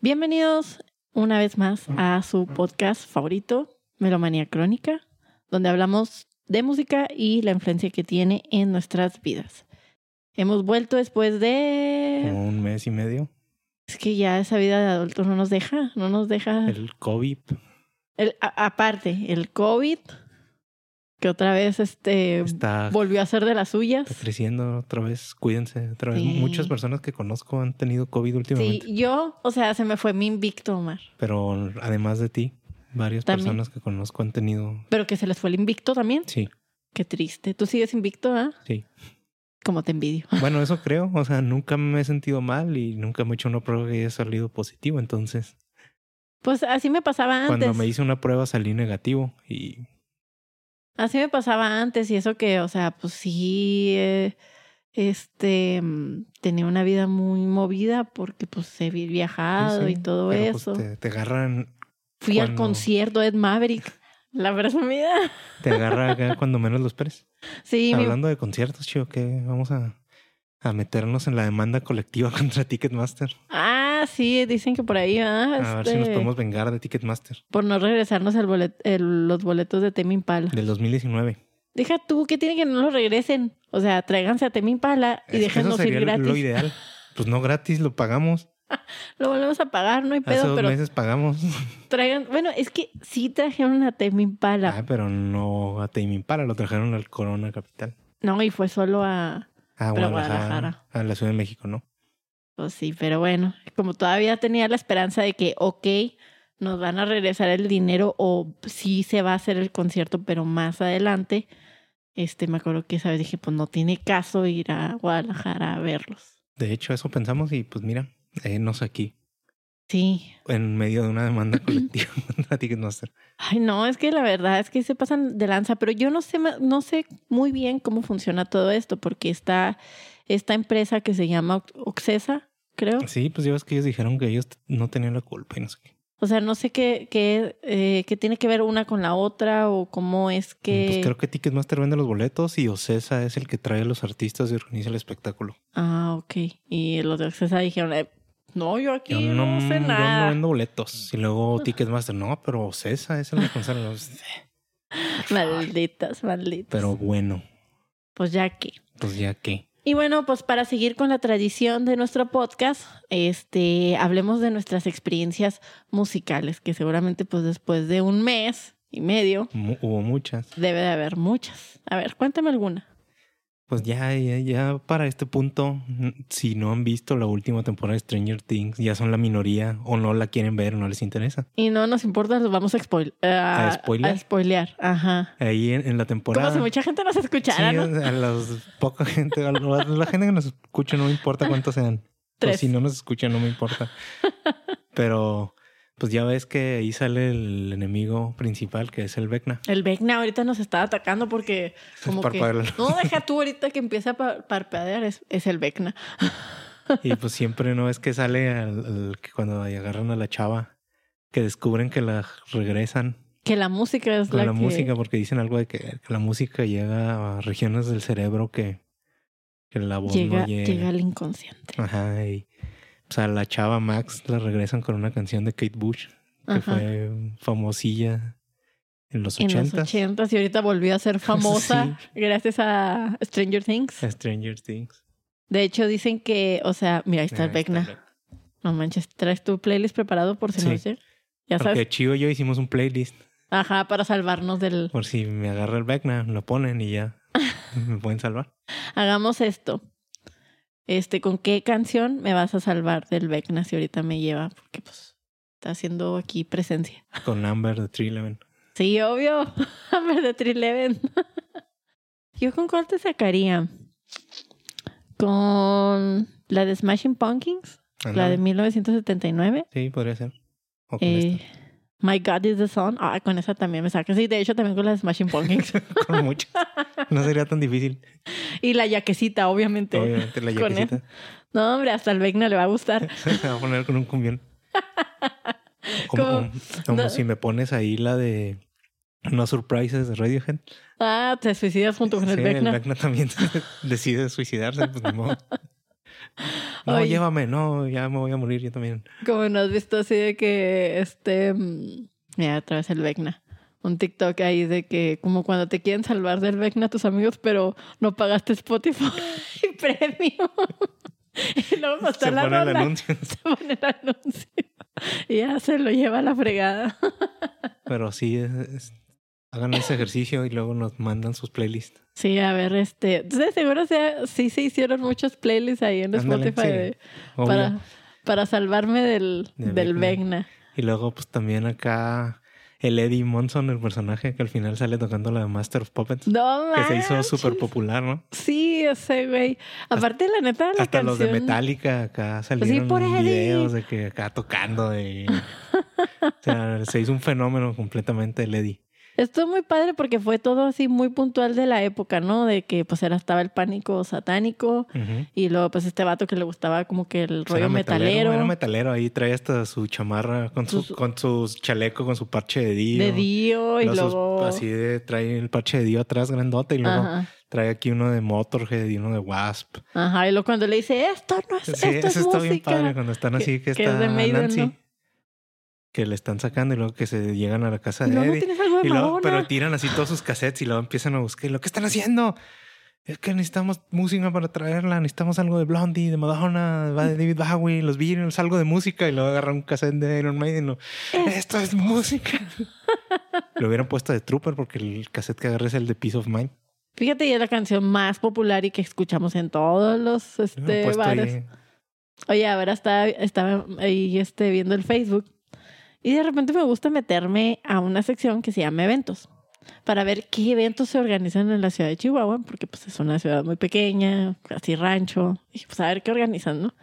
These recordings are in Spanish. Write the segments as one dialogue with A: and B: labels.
A: Bienvenidos una vez más a su podcast favorito, Melomanía Crónica, donde hablamos de música y la influencia que tiene en nuestras vidas. Hemos vuelto después de...
B: Como un mes y medio.
A: Es que ya esa vida de adultos no nos deja, no nos deja...
B: El COVID.
A: El- a- aparte, el COVID, que otra vez este,
B: Está,
A: volvió a ser de las suyas.
B: está creciendo otra vez. Cuídense otra vez.
A: Sí.
B: Muchas personas que conozco han tenido COVID
A: Sí,
B: últimamente.
A: yo, o sea, se me fue mi invicto, Omar.
B: Pero además de ti, varias
A: También.
B: personas que conozco han tenido.
A: Pero que se les fue el invicto también.
B: Sí,
A: Qué triste. ¿Tú sigues invicto, ah?
B: sí.
A: Como te envidio.
B: Bueno, eso creo. O sea, nunca me he sentido mal y nunca me he hecho una prueba que haya salido positivo. Entonces,
A: Pues así me pasaba
B: cuando
A: antes.
B: me hice una prueba salí negativo y
A: Así me pasaba antes y eso que, o sea, pues sí, eh, este, mm, tenía una vida muy movida porque pues he vi- viajado
B: Sí,
A: y todo
B: pero, pues,
A: eso.
B: te, te agarran,
A: Fui al
B: cuando-
A: concierto de Ed Maverick, la presumida.
B: te agarra acá cuando menos lo esperes.
A: Sí, mi-
B: Hablando de conciertos, chido, que vamos a, a meternos en la demanda colectiva contra Ticketmaster.
A: ah, sí, dicen que por ahí, ¿verdad?
B: A ver si nos
A: Este,
B: podemos vengar de Ticketmaster
A: Por no regresarnos el bolet- el- los boletos de Temi Impala.
B: del 2019.
A: Deja tú, que tienen que no los regresen? O sea, tráiganse a Temi Impala y
B: Es que
A: déjanos
B: eso sería
A: ir gratis.
B: lo
A: Lo,
B: ideal. Pues no gratis, lo pagamos.
A: volvemos a pagar, no hay
B: Hace
A: pedo,
B: dos
A: pero
B: meses pagamos.
A: traigan... Bueno, es que sí trajeron a Temi Impala.
B: Ah, pero no a Tame Impala, lo trajeron al Corona Capital.
A: No, y fue solo a.
B: A
A: Pero a
B: Guadalajara,
A: Guadalajara.
B: A la Ciudad de México, ¿no?
A: Pues sí, pero bueno, como todavía tenía la esperanza de que, ok, nos van a regresar el dinero o sí se va a hacer el concierto, pero más adelante, este, me acuerdo que esa vez dije, pues no tiene caso ir a Guadalajara a verlos.
B: De hecho, eso pensamos y pues mira, nos aquí,
A: Sí.
B: en medio de una demanda colectiva contra Ticketmaster.
A: Ay, no, es que la verdad es que se pasan de lanza, pero yo no sé, ma- no sé muy bien cómo funciona todo esto, porque está esta empresa que se llama Ox- Oxesa, creo.
B: Sí, pues ya ves que ellos dijeron que ellos no tenían la culpa y no sé qué.
A: O sea, no sé qué, qué, eh, qué tiene que ver una con la otra o cómo es que...
B: Pues creo que Ticketmaster vende los boletos y Ocesa es el que trae a los artistas y organiza el espectáculo.
A: Ah, ok. Y los de Accesa dijeron, eh, no, yo aquí
B: Yo
A: no,
B: no,
A: sé
B: yo no
A: nada.
B: vendo boletos. Y luego Ticketmaster, no, pero Ocesa es el que conserva los...
A: Malditas, malditas.
B: Pero bueno,
A: Pues ya que...
B: pues ya que.
A: Y bueno, pues para seguir con la tradición de nuestro podcast, este, hablemos de nuestras experiencias musicales, que seguramente pues después de un mes y medio
B: mu- hubo muchas.
A: debe de haber muchas. A ver, cuéntame alguna.
B: Pues ya, ya, ya para este punto, mm, si no han visto la última temporada de Stranger Things, ya son la minoría o no la quieren ver o no les interesa.
A: Y no nos importa, los vamos a, spoil-
B: ¿A spoilear?
A: A spoilear, ajá.
B: Ahí en, en la
A: Como
B: temporada...
A: si mucha gente nos
B: Sí,
A: escuchara,
B: a
A: ¿no?
B: las poca gente, a la la gente que nos escucha no me importa cuántos sean.
A: Tres.
B: O Pues si no nos escuchan, no me importa. Pero pues ya ves que ahí sale el enemigo principal, que es el Vecna.
A: El Vecna ahorita nos está atacando porque como que...
B: Parpadearlo.
A: No, deja tú ahorita que empieza a par- parpadear, es, es el Vecna.
B: Y pues siempre no es que sale al- al que cuando ahí agarran a la chava, que descubren que la regresan
A: Que la música es
B: con
A: la,
B: la,
A: que-
B: música, porque dicen algo de que, que la música llega a regiones del cerebro que, que la voz
A: llega,
B: pues, no llega.
A: llega al inconsciente.
B: Ajá, y pues a la chava Max la regresan con una canción de Kate Bush, que
A: Ajá.
B: fue famosilla en los
A: En los
B: 80
A: ochentas y ahorita volvió a ser famosa gracias a Stranger Things.
B: Eh. Stranger Things.
A: De hecho, dicen que, o sea, mira, ahí está
B: Ah,
A: el Vecna.
B: Vecna.
A: No manches, traes tu playlist preparado por si
B: Sí.
A: no llega. Ya sabes.
B: Porque Chivo y yo hicimos un playlist.
A: Ajá, para salvarnos del...
B: Por si me agarra el Vecna, lo ponen y ya me pueden salvar.
A: Hagamos esto. Este, ¿con qué canción me vas a salvar del Vecna si ahorita me lleva? Porque pues está haciendo aquí presencia.
B: Con Amber de 311.
A: Sí, obvio. Amber de 311. ¿Yo con cuál te sacaría? Con la de Smashing Pumpkins, la
B: Ándale.
A: de 1979.
B: Sí, podría ser. O con
A: Eh, My God is the Sun. Ah, con esa también me saca. Sí, de hecho también con la de Smashing Pumpkins.
B: esta. Con muchas. No sería tan difícil.
A: y la yaquecita, obviamente.
B: Obviamente la
A: Con
B: yaquecita.
A: No, hombre, hasta el Vecna le va a gustar.
B: Se va a poner con un cumbión. Como,
A: Como-
B: como
A: no.
B: si me pones ahí la de No Surprises de Radiohead.
A: Ah, te suicidas junto con el
B: Sí,
A: Vecna.
B: también decide suicidarse, pues ni modo. No,
A: Oye.
B: llévame, no, ya me voy a morir yo también.
A: Como no has visto así de que este. mm, Mira, otra vez el Vecna. Un TikTok ahí de que, como cuando te quieren salvar del Vecna tus amigos, pero no pagaste Spotify premio. y luego
B: Se
A: está la
B: pone el
A: rola,
B: anuncio.
A: Se pone el anuncio. Y ya se lo lleva a la fregada.
B: Pero sí, es- es- hagan ese ejercicio y luego nos mandan sus playlists.
A: Sí, a ver, este. Entonces, seguro sea, sí se hicieron muchos playlists ahí en
B: Ándale,
A: Spotify
B: sí,
A: de-
B: obvio.
A: para, para salvarme del,
B: Del
A: del
B: Vecna.
A: Vecna.
B: Y luego, pues también acá el Eddie Monson, el personaje que al final sale tocando la de Master of Puppets,
A: No,
B: que se hizo
A: manches.
B: súper popular, ¿no?
A: Sí, ese güey. Aparte, la neta, la
B: Hasta
A: canción... Pues
B: los de Metallica acá salieron
A: por Eddie.
B: videos de que acá tocando. De... o sea, se hizo un fenómeno completamente el Eddie.
A: Estuvo muy padre porque fue todo así muy puntual de la época, ¿no? De que pues era, estaba el pánico satánico
B: Ujú.
A: y luego pues este vato que le gustaba como que el
B: Pues
A: rollo
B: era
A: metalero,
B: Era metalero, ahí traía hasta su chamarra con su,
A: Sus-
B: con su chaleco, con su parche de Dio.
A: de Dio y
B: Luego sus-
A: luego...
B: Así de trae el parche de Dio atrás grandote y luego
A: Ajá.
B: trae aquí uno de Motorhead y uno de Wasp.
A: Ajá, y luego cuando le dice, esto no es,
B: Sí,
A: esto es
B: eso está bien
A: música.
B: padre cuando están así que,
A: que es
B: está
A: de Maiden,
B: Nancy.
A: ¿no?
B: Que le están sacando y luego que se llegan a la casa
A: Y
B: de
A: luego, no
B: Eddie.
A: tienes algo de
B: Y luego-
A: Madonna.
B: pero tiran así todos sus cassettes y luego empiezan a buscar. ¿Y lo que están haciendo? Es que necesitamos música para traerla. Necesitamos algo de Blondie, de Madonna, de David Bowie, los Beatles, algo de música. Y luego agarran un cassette de Iron Maiden. y lo, Esto es música. lo hubieran puesto de Trooper porque el cassette que agarré es el de Peace of Mind.
A: Fíjate, y es la canción más popular y que escuchamos en todos los
B: Lo hubieran
A: este,
B: puesto ahí.
A: bares. Oye, ahora estaba, estaba ahí este, viendo el Facebook y de repente me gusta meterme a una sección que se llama eventos para ver qué eventos se organizan en la ciudad de Chihuahua, porque pues es una ciudad muy pequeña, así rancho, y pues a ver qué organizan, ¿no?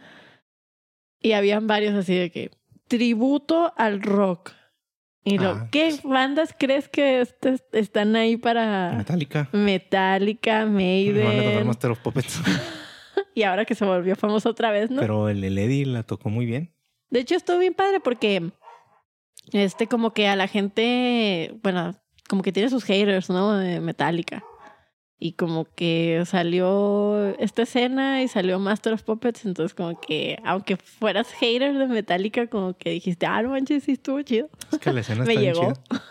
A: Y habían varios así de que tributo al rock. Y lo,
B: Ah,
A: ¿qué
B: pues.
A: bandas crees que este- están ahí para
B: Metallica.
A: Metallica,
B: Van a tocar
A: Maiden?
B: Master of Puppets.
A: Y ahora que se volvió famoso otra vez, ¿no?
B: Pero el, el Eddie la tocó muy bien.
A: De hecho, estuvo bien padre porque, este, como que a la gente, bueno, como que tiene sus haters, ¿no? De Metallica. Y como que salió esta escena y salió Master of Puppets, entonces como que, aunque fueras hater de Metallica, como que dijiste, ah, no manches, sí estuvo chido.
B: Es que la escena
A: Me
B: está bien
A: llegó.
B: chida.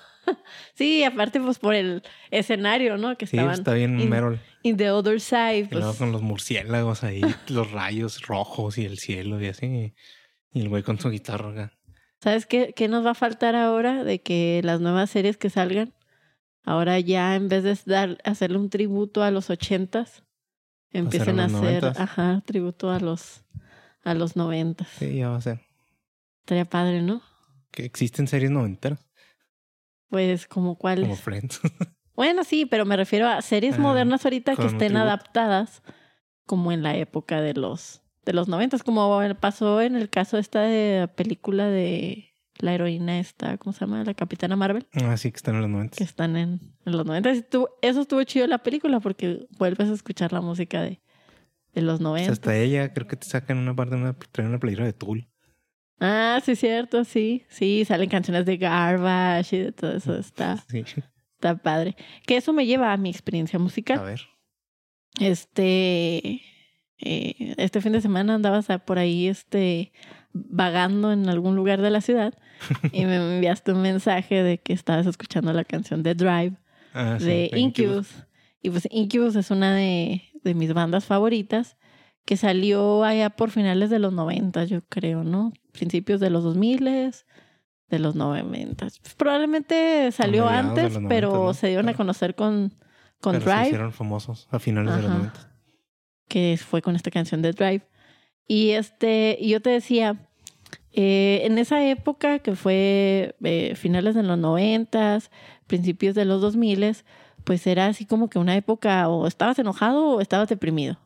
A: Sí, aparte pues por el escenario, ¿no? Que
B: Sí,
A: estaban
B: está bien
A: in-
B: Merol.
A: in the other side.
B: Y luego
A: Pues,
B: con los murciélagos ahí, los rayos rojos y el cielo y así. Y el güey con su guitarra. acá.
A: ¿Sabes qué, qué nos va a faltar ahora de que las nuevas series que salgan? Ahora ya en vez de dar, hacerle un tributo a los ochentas, empiecen a
B: los
A: hacer
B: 90s.
A: ajá, tributo a los a los noventas.
B: Sí, ya va a ser.
A: Estaría padre, ¿no?
B: Que existen series noventeras,
A: Pues como
B: como
A: cuáles.
B: Friends.
A: Bueno, sí, pero me refiero a series
B: Ah,
A: modernas ahorita que
B: con un
A: estén
B: tributo.
A: adaptadas como en la época de los de los noventas, como pasó en el caso esta de la película de la heroína esta, ¿cómo se llama? La Capitana Marvel.
B: Así Ah, que están en los
A: que
B: noventas.
A: están en, en los 90. Estuvo- eso estuvo chido en la película porque vuelves a escuchar la música de, de los
B: O sea,
A: 90.
B: hasta ella, creo que te sacan una parte, una, traen una playera de Tool.
A: Ah, sí, cierto, sí. Sí, salen canciones de Garbage y de todo eso. Está,
B: Sí.
A: está padre. Que eso me lleva a mi experiencia
B: A
A: musical.
B: ver.
A: Este, eh, este fin de semana andabas a- por ahí este, vagando en algún lugar de la ciudad y me enviaste un mensaje de que estabas escuchando la canción de Drive.
B: Ah, sí,
A: de Incubus. Y pues Incubus es una de, de mis bandas favoritas que salió allá por finales de los 90, yo creo, ¿no? Principios de los 2000, de los 90. Probablemente salió
B: mediados de
A: antes,
B: los 90,
A: pero
B: ¿no?
A: se dieron a
B: Claro.
A: conocer con, con
B: Pero Se
A: Drive
B: hicieron famosos a finales de los
A: Ajá.
B: noventas.
A: que fue con esta canción de Drive. Y este, y yo te decía, eh, en esa época que fue eh, finales de los noventas, principios de los 2000, pues era así como que una época o estabas enojado o estabas deprimido.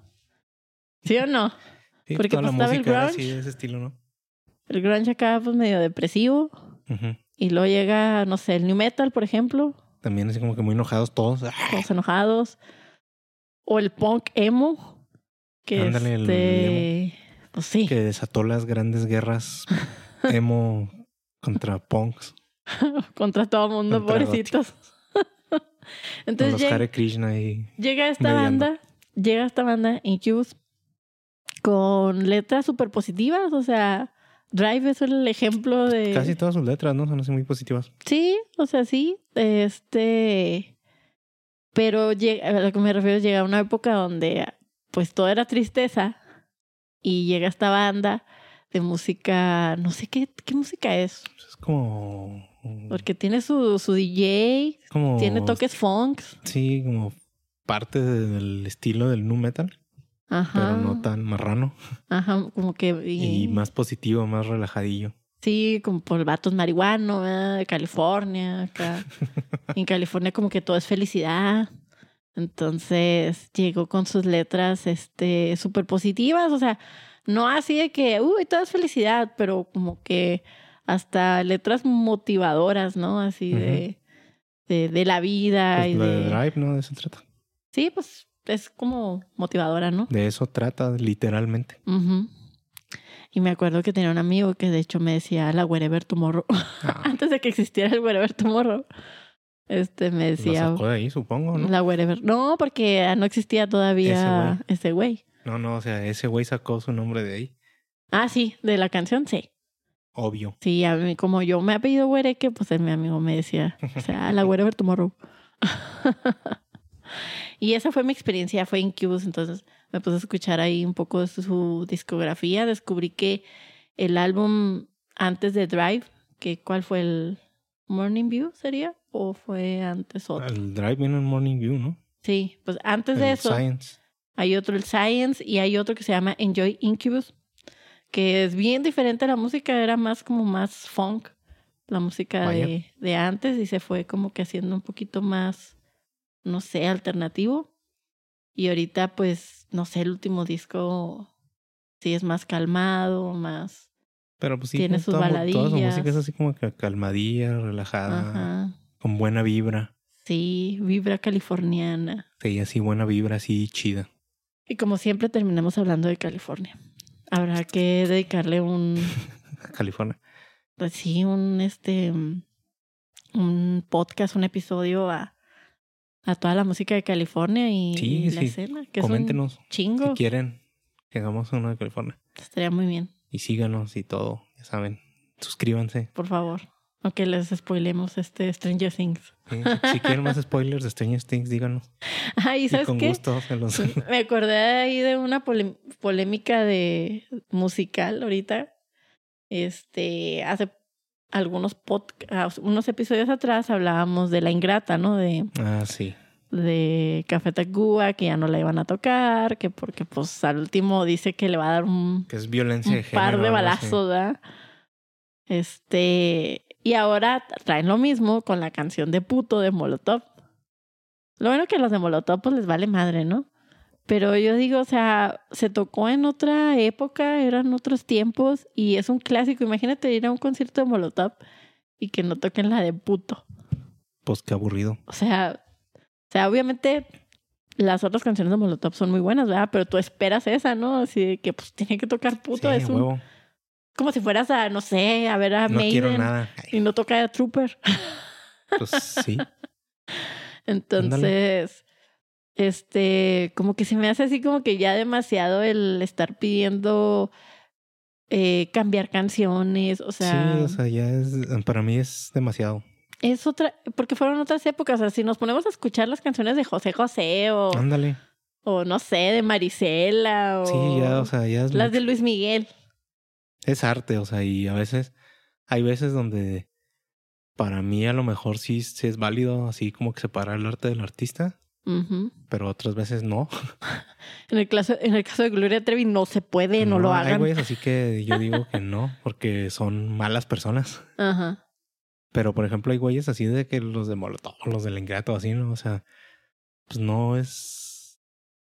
A: ¿Sí o no?
B: Sí,
A: Porque
B: toda la
A: pues estaba el
B: música era así
A: grunge.
B: de ese estilo, ¿no?
A: El grunge acá pues medio depresivo
B: Ujú.
A: y luego llega, no sé, el new metal, por ejemplo,
B: También así como que muy enojados todos. Ah,
A: todos enojados. O el punk emo, que
B: Ándale, el
A: este, pues sí.
B: que desató las grandes guerras emo contra punks.
A: contra todo mundo,
B: Contra
A: pobrecitos.
B: Con
A: Entonces
B: los
A: lleg-
B: Hare Krishna y
A: llega esta
B: mediando.
A: banda, llega esta banda Incubus con letras súper positivas, o sea, Drive es el ejemplo de...
B: Casi todas sus letras, ¿no? Son así muy positivas.
A: Sí, o sea, sí, este... Pero llega- a lo que me refiero es llega una época donde pues todo era tristeza y llega esta banda de música, no sé qué, qué música es,
B: Pues es como.
A: porque tiene su, su DJ,
B: como
A: tiene toques funks.
B: Sí, como parte de- del estilo del nu metal,
A: Ajá.
B: pero
A: Ah.
B: no tan marrano
A: Ajá, como que.
B: y más positivo, más relajadillo.
A: Sí, como por vatos marihuano, ¿verdad? De California, acá. en California, como que todo es felicidad. Entonces llegó con sus letras este súper positivas. O sea, no así de que, uy, todo es felicidad, pero como que hasta letras motivadoras, ¿no? Así de, de, de la vida
B: Pues
A: y
B: la de
A: de-
B: Drive, ¿no? De eso trata.
A: Sí, pues es como motivadora, ¿no?
B: De eso trata, literalmente.
A: Ujú. Y me acuerdo que tenía un amigo que de hecho me decía la Wherever Tomorrow.
B: Ah,
A: Antes de que existiera el Wherever Tomorrow. Este me
B: lo
A: decía
B: sacó de ahí, supongo, ¿no?
A: la Wherever. No, porque ah, no existía todavía ese güey.
B: No, no, o sea, ese güey sacó su nombre de ahí.
A: Ah, sí, de la canción, sí.
B: Obvio.
A: Sí, a mí, como yo me he pedido Whereque, pues mi amigo me decía, o sea, la Wherever Tomorrow. y esa fue mi experiencia, fue en Cubes, entonces me puse a escuchar ahí un poco de su discografía, descubrí que el álbum antes de Drive, que cuál fue el Morning View sería o fue antes otro.
B: El Drive viene en Morning View, ¿no?
A: Sí, pues antes de
B: Ah, El
A: eso
B: Science.
A: hay otro el Science y hay otro que se llama Enjoy Incubus, que es bien diferente a la música, era más como más funk, la música
B: Vaya.
A: de, de antes y se fue como que haciendo un poquito más, no sé, alternativo. Y ahorita pues, no sé, el último disco sí es más calmado, más...
B: Pero pues sí,
A: Tiene
B: pues,
A: sus
B: toda, mu- toda su
A: baladillas.
B: música es así como que calmadilla, relajada,
A: Ajá.
B: con buena vibra.
A: Sí, vibra californiana.
B: Sí, así buena vibra, así chida.
A: Y como siempre terminamos hablando de California. Habrá que dedicarle un,
B: California.
A: pues sí, un este mm, un podcast, un episodio a, a toda la música de California y,
B: Sí,
A: y la
B: sí.
A: escena, que
B: Coméntenos
A: es un chingo.
B: si quieren que hagamos uno de California.
A: Estaría muy bien,
B: Y síganos y todo, ya saben. Suscríbanse.
A: por favor. Aunque les spoilemos este Stranger Things.
B: Sí, Si quieren más spoilers de Stranger Things, díganos.
A: Ay,
B: Y
A: ¿sabes
B: con
A: qué?
B: gusto se los...
A: Me acordé ahí de una pole- polémica de musical ahorita. Este, hace algunos podcasts, unos episodios atrás hablábamos de la ingrata, ¿no? De,
B: Ah, sí.
A: de Café Tacuba, que ya no la iban a tocar, que porque pues al último dice que le va a dar un,
B: Que es violencia de
A: un par
B: género,
A: de
B: algo así.
A: balazos, ¿verdad? Este, y ahora traen lo mismo con la canción de puto de Molotov. Lo bueno que a los de Molotov pues les vale madre, ¿no? Pero yo digo, o sea, se tocó en otra época, eran otros tiempos y es un clásico. Imagínate ir a un concierto de Molotov y que no toquen la de puto.
B: Pues qué aburrido.
A: O sea, o sea, obviamente las otras canciones de Molotov son muy buenas, ¿verdad? Pero tú esperas esa, ¿no? Así de que pues tiene que tocar puto.
B: Sí,
A: es un-
B: huevo.
A: como si fueras a, no sé, a ver a
B: No quiero
A: Maiden
B: nada.
A: y
B: Ay,
A: no toca a Trooper.
B: Pues sí.
A: Entonces, este, como que se me hace así como que ya demasiado el estar pidiendo eh, cambiar canciones. O sea,
B: sí, o sea, ya es... Para mí es demasiado.
A: es otra, porque fueron otras épocas. O sea, si nos ponemos a escuchar las canciones de José José o...
B: Ándale.
A: o no sé, de Marisela o,
B: Sí, ya, o sea, ya es...
A: las de Luis Miguel.
B: es arte, o sea, y a veces hay veces donde para mí a lo mejor sí, sí es válido así como que separar el arte del artista,
A: Ujú.
B: pero otras veces no.
A: en, el caso, en el caso de Gloria Trevi no se puede, no, lo
B: Hay
A: hagan.
B: güeyes así que yo digo que no, porque son malas personas.
A: Ajá.
B: Pero por ejemplo hay güeyes así de que los de Molotov, los del Ingrato, así, ¿no? O sea, pues no es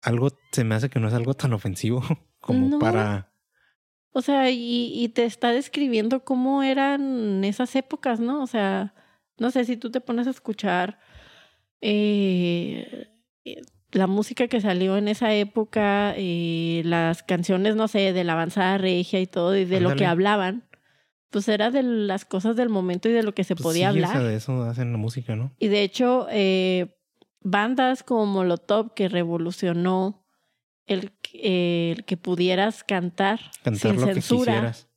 B: algo, se me hace que no es algo tan ofensivo como
A: No.
B: para...
A: O sea, y, y te está describiendo cómo eran esas épocas, ¿no? O sea, no sé si tú te pones a escuchar eh, eh, la música que salió en esa época, eh, las canciones, no sé, de la avanzada regia y todo, y de lo
B: Ándale.
A: que hablaban, pues era de las cosas del momento y de lo que se
B: pues,
A: podía
B: sí, o sea,
A: hablar.
B: de eso hacen la música, ¿no?
A: Y de hecho, eh, bandas como Molotov que revolucionó el, eh, el que pudieras cantar,
B: Cantar
A: sin
B: lo
A: censura.
B: que quisieras.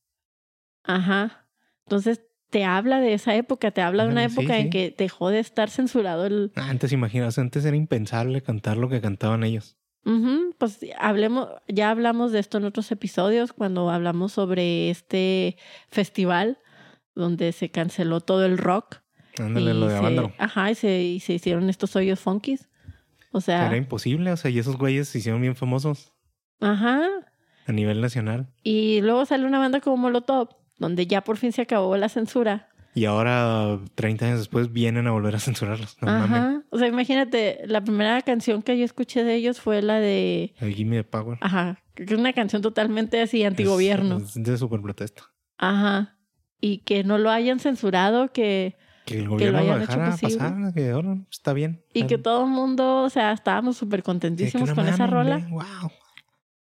A: Ajá. Entonces te habla de esa época, te habla de una
B: Ándale, sí,
A: época en
B: sí.
A: que dejó de estar censurado el...
B: Antes, imaginas, antes era impensable cantar lo que cantaban ellos.
A: Ujú, pues hablemos, ya hablamos de esto en otros episodios cuando hablamos sobre este festival donde se canceló todo el rock.
B: Ándale,
A: y
B: lo de
A: se-
B: Avándaro.
A: Ajá, y se, y se hicieron estos hoyos funkies. O sea,
B: Era imposible, o sea, y esos güeyes se hicieron bien famosos
A: ajá.
B: a nivel nacional.
A: Y luego sale una banda como Molotov, donde ya por fin se acabó la censura.
B: Y ahora, 30 años después, vienen a volver a censurarlos. No mames.
A: Ajá. O sea, imagínate, la primera canción que yo escuché de ellos fue la de.
B: El Gimme the Power.
A: Ajá. Que es una canción totalmente así Ah, antigobierno.
B: Es, es de super protesta.
A: Ajá. Y que no lo hayan censurado, que.
B: Que el gobierno lo,
A: hayan hecho
B: dejara
A: posible.
B: pasar, que ahora está bien.
A: Y que
B: Dale.
A: todo el mundo, o sea, estábamos súper
B: Sí, que
A: contentísimos
B: no
A: con esa
B: mames,
A: rola.
B: ve, Wow.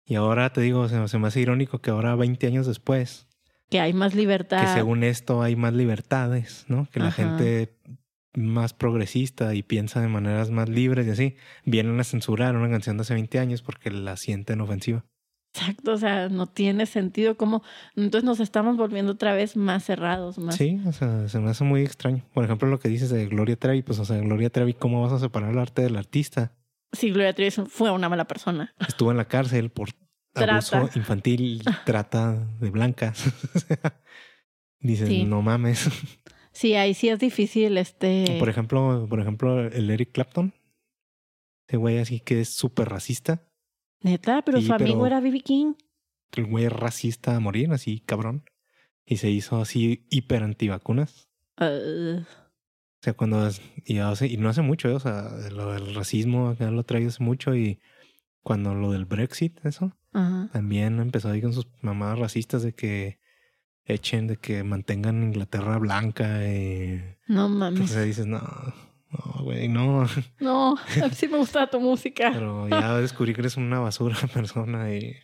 B: Y ahora te digo, se, se me hace irónico que ahora, 20 años después,
A: Que hay más libertad.
B: que según esto hay más libertades, ¿no? Que la
A: Ah. Ajá.
B: gente más progresista y piensa de maneras más libres y así, vienen a censurar una canción de hace 20 años porque la sienten ofensiva.
A: Exacto, o sea, no tiene sentido como... Entonces nos estamos volviendo otra vez más cerrados, más...
B: Sí, o sea, se me hace muy extraño. Por ejemplo, lo que dices de Gloria Trevi, pues, o sea, Gloria Trevi, ¿cómo vas a separar el arte del artista?
A: Sí, Gloria Trevi es un- fue una mala persona.
B: Estuvo en la cárcel por abuso
A: Trata.
B: infantil, trata de blancas. O sea, Dices,
A: Sí.
B: no mames.
A: Sí, ahí sí es difícil este...
B: Por ejemplo, por ejemplo, el Eric Clapton. Ese güey así que es súper racista.
A: Neta, pero
B: Sí,
A: su amigo
B: pero-
A: era B.B. King.
B: El güey es racista a morir, así cabrón. Y se hizo así hiper antivacunas.
A: Uh,
B: O sea, cuando... es- Y, hace- y no hace mucho, eh, o sea, lo del racismo acá lo trae hace mucho y... Cuando lo del Brexit, eso,
A: ajá.
B: también empezó ahí con sus mamadas racistas de que echen, de que mantengan Inglaterra blanca. Y,
A: No
B: o
A: mames.
B: sea, dices, no, no, güey, no.
A: No, a mí sí me gusta tu música.
B: Pero ya descubrí que eres una basura persona y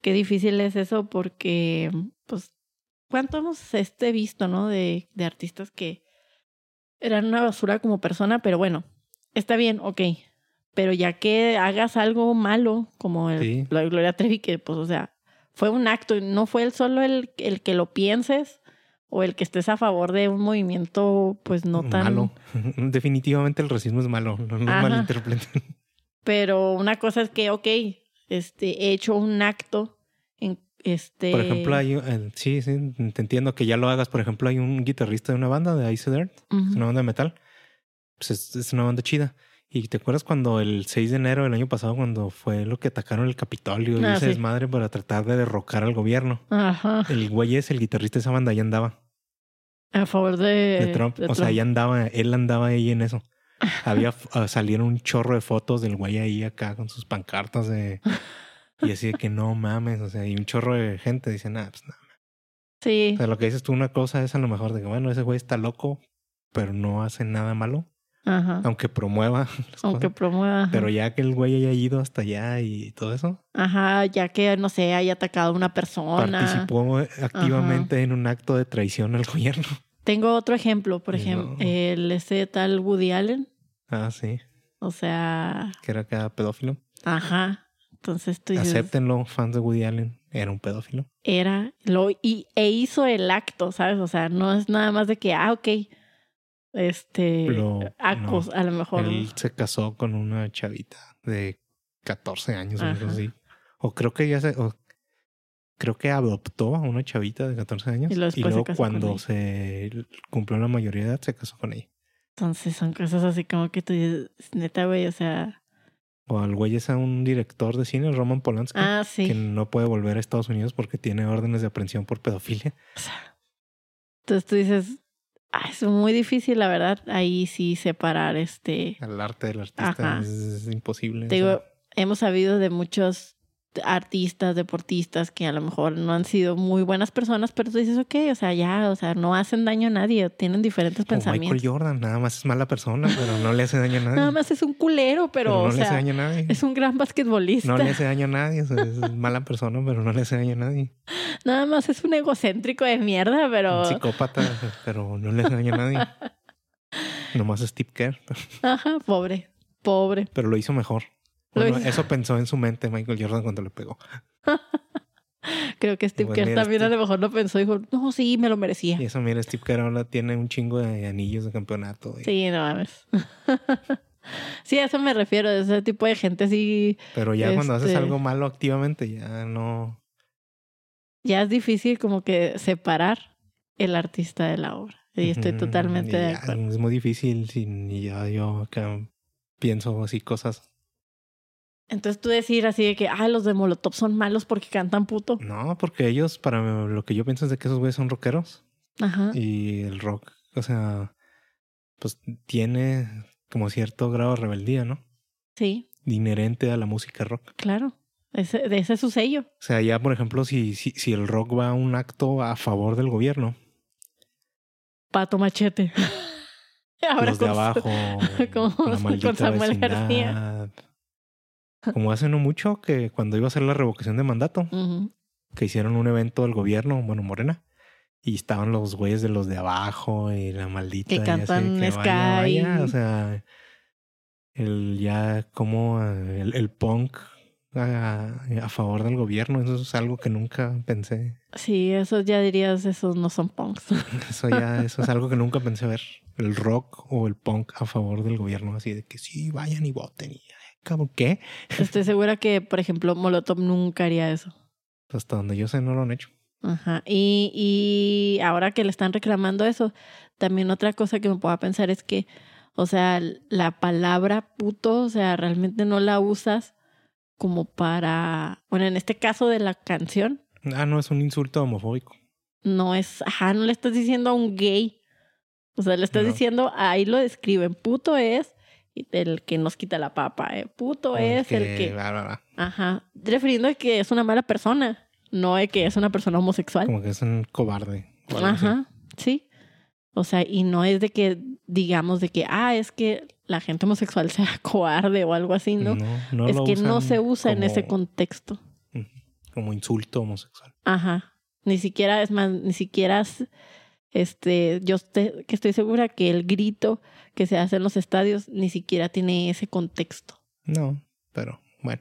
A: Qué difícil es eso porque, pues, ¿cuánto hemos este visto, no? De, de artistas que eran una basura como persona, pero bueno, está bien, ok. Pero ya que hagas algo malo, como el,
B: Sí.
A: lo de Gloria Trevi, que pues, o sea, fue un acto, y no fue el solo el, el que lo pienses o el que estés a favor de un movimiento, pues, no tan...
B: malo. Definitivamente el racismo es malo, no lo
A: Ajá.
B: malinterpreten.
A: Pero una cosa es que, ok, este, he hecho un acto en este...
B: Por ejemplo, hay, eh, sí, sí, te entiendo que ya lo hagas. Por ejemplo, hay un guitarrista de una banda de Ice Dirt, es
A: Ujú.
B: una banda de metal. Pues es, es una banda chida. ¿Y te acuerdas cuando el 6 de enero del año pasado, cuando fue lo que atacaron el Capitolio y
A: Ah,
B: ese
A: sí.
B: desmadre para tratar de derrocar al gobierno?
A: Ajá.
B: El güey es el guitarrista de esa banda, ya andaba.
A: A favor Eh, de,
B: de Trump. o sea, ya andaba, él andaba ahí en eso. Había f- salieron un chorro de fotos del güey ahí acá con sus pancartas de y así de que no mames, o sea, y un chorro de gente dice, "Nah, pues nada."
A: Sí,
B: O sea, lo que dices tú una cosa es a lo mejor de que bueno, ese güey está loco, pero no hace nada malo,
A: ajá.
B: aunque promueva las
A: Aunque
B: cosas.
A: promueva. ajá.
B: Pero ya que el güey haya ido hasta allá y todo eso,
A: Ajá, ya que, no sé, haya atacado a una persona.
B: participó activamente en un acto de traición al gobierno.
A: Tengo otro ejemplo, por
B: No.
A: ejemplo, el ese tal Woody Allen.
B: Ah, sí,
A: O sea,
B: que era cada pedófilo.
A: ajá. Entonces tú dices,
B: Acéptenlo, fans de Woody Allen, era un pedófilo.
A: era, lo, y, e hizo el acto, ¿sabes? O sea, no es nada más de que, ah, ok, este,
B: Lo-
A: acos, a lo mejor.
B: Él se casó con una chavita de 14 años o algo
A: Ajá.
B: así. O creo que ya se. o creo que adoptó a una chavita de 14 años.
A: Y
B: Y
A: luego
B: luego,
A: después se casó con
B: cuando
A: ella.
B: se cumplió la mayoría de edad, se casó con ella.
A: Entonces son cosas así como que tú dices, neta, güey, o sea,
B: O al güey es a un director de cine, Roman Polanski,
A: ah, sí.
B: que no puede volver a Estados Unidos porque tiene órdenes de aprehensión por pedofilia.
A: Entonces tú dices, "Ah, es muy difícil, la verdad, ahí sí separar este.
B: Al arte del artista
A: Ajá.
B: es, imposible.
A: Te digo, hemos sabido de muchos artistas, deportistas que a lo mejor no han sido muy buenas personas, pero tú dices, ok, o sea, ya, o sea, no hacen daño a nadie, tienen diferentes
B: o Michael
A: pensamientos.
B: Jordan, nada más es mala persona, pero no le hace daño a nadie.
A: Nada más es un culero, pero,
B: no
A: o
B: le hace
A: sea,
B: daño a nadie.
A: es un gran basquetbolista.
B: No le hace daño a nadie, o sea, es mala persona, pero no le hace daño a nadie.
A: Nada más es un egocéntrico de mierda, pero...
B: Un psicópata, pero no le hace daño a nadie. Nomás es tip care,
A: Ajá, pobre, pobre.
B: pero lo hizo mejor. Bueno,
A: hizo.
B: eso pensó en su mente Michael Jordan cuando le pegó.
A: Creo que Steve
B: Pues
A: Kerr
B: mira,
A: también a
B: Steve-
A: lo mejor lo pensó y dijo, no, sí, me lo merecía.
B: Y eso, mira, Steve Kerr ahora tiene un chingo de anillos de campeonato. y-
A: Sí, no mames. sí, a eso me refiero, de ese tipo de gente así.
B: Pero ya cuando haces
A: Este-
B: algo malo activamente, ya no.
A: Ya es difícil como que separar el artista de la obra. Y estoy
B: Ujú,
A: totalmente
B: y
A: de
B: ya,
A: acuerdo.
B: Es muy difícil sin y ya yo acá pienso así cosas.
A: Entonces tú decir así de que, ah, los de Molotov son malos porque cantan puto.
B: No, porque ellos, para mí, lo que yo pienso es de que esos güeyes son rockeros
A: Ajá.
B: Mm. y el rock, o sea, pues tiene como cierto grado de rebeldía, ¿no?
A: Sí,
B: Inherente a la música rock.
A: claro. Ese, de ese es su sello.
B: O sea, ya por ejemplo, si, si, si el rock va a un acto a favor del gobierno,
A: Pato machete. Ahora
B: los de
A: con su-
B: abajo,
A: como
B: la
A: con
B: maldita
A: Samuel
B: vecindad. Como hace no mucho que cuando iba a ser la revocación de mandato,
A: Ujú.
B: que hicieron un evento del gobierno, bueno, Morena, y estaban los güeyes de los de abajo y la maldita.
A: Que
B: y así,
A: cantan
B: que
A: ska y-
B: o sea, el ya como eh, el, el punk a, a favor del gobierno, eso es algo que nunca pensé.
A: Sí, esos ya dirías, esos no son punks.
B: Eso ya, eso es algo que nunca pensé ver. El rock o el punk a favor del gobierno, así de que sí, vayan y voten. Y, ay, cabrón, ¿qué?
A: Estoy segura que, por ejemplo, Molotov nunca haría eso.
B: Hasta donde yo sé, no lo han hecho.
A: Ajá. Y, y ahora que le están reclamando eso, también otra cosa que me puedo pensar es que, o sea, la palabra puto, o sea, realmente no la usas como para, bueno, en este caso de la canción,
B: Ah, no, es un insulto homofóbico.
A: no es, ajá, no le estás diciendo a un gay. O sea, le estás
B: No.
A: diciendo, ahí lo describen, puto es el que nos quita la papa, eh. puto es el que,
B: bla, bla, bla.
A: ajá, refiriendo a que es una mala persona, no de que es una persona homosexual.
B: Como que es un cobarde. o algo así.
A: Ajá, sí. O sea, y no es de que digamos de que, ah, es que la gente homosexual sea cobarde o algo así, ¿no?
B: no
A: es
B: lo
A: que no
B: usan
A: se usa en
B: como-
A: ese contexto.
B: Como insulto homosexual.
A: Ajá. Ni siquiera, es más, ni siquiera, s- este, yo te- que estoy segura que el grito que se hace en los estadios ni siquiera tiene ese contexto.
B: No, pero bueno,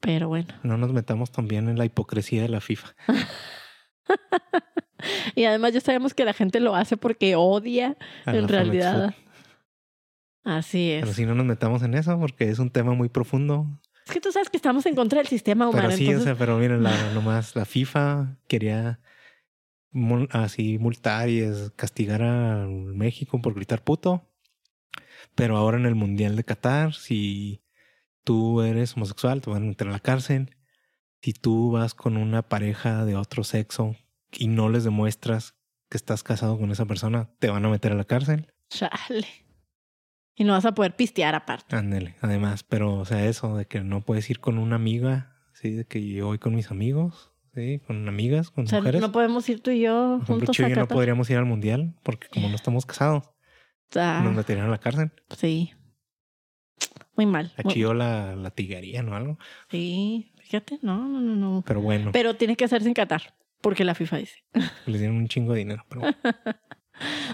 A: Pero bueno.
B: no nos metamos también en la hipocresía de la FIFA.
A: Y además ya sabemos que la gente lo hace porque odia
B: a la
A: en
B: Femex
A: realidad.
B: Food.
A: Así es.
B: Pero si no nos metamos en eso porque es un tema muy profundo.
A: Es que tú sabes que estamos en contra del sistema humano.
B: pero sí, o
A: entonces,
B: sea, pero miren, la, nomás la FIFA quería mul- así multar y es- castigar a México por gritar puto. Pero ahora en el Mundial de Qatar, si tú eres homosexual, te van a meter a la cárcel. Si tú vas con una pareja de otro sexo y no les demuestras que estás casado con esa persona, te van a meter a la cárcel.
A: chale. Y no vas a poder pistear aparte.
B: Ándale, además, pero o sea, eso de que no puedes ir con una amiga, sí, de que yo voy con mis amigos, sí, con amigas, con
A: O sea,
B: mujeres.
A: no podemos ir tú y yo
B: Por ejemplo,
A: juntos
B: Chuy y
A: a
B: yo no
A: Qatar.
B: podríamos ir al mundial porque como no estamos casados,
A: Ah,
B: nos meterían a la cárcel.
A: sí. Muy mal.
B: A
A: Muy-
B: Chío la, la tigarían o algo.
A: Sí, fíjate, no, no, no, no.
B: Pero bueno,
A: Pero tiene que hacerse en Qatar, porque la FIFA dice,
B: les dieron un chingo de dinero. Pero bueno.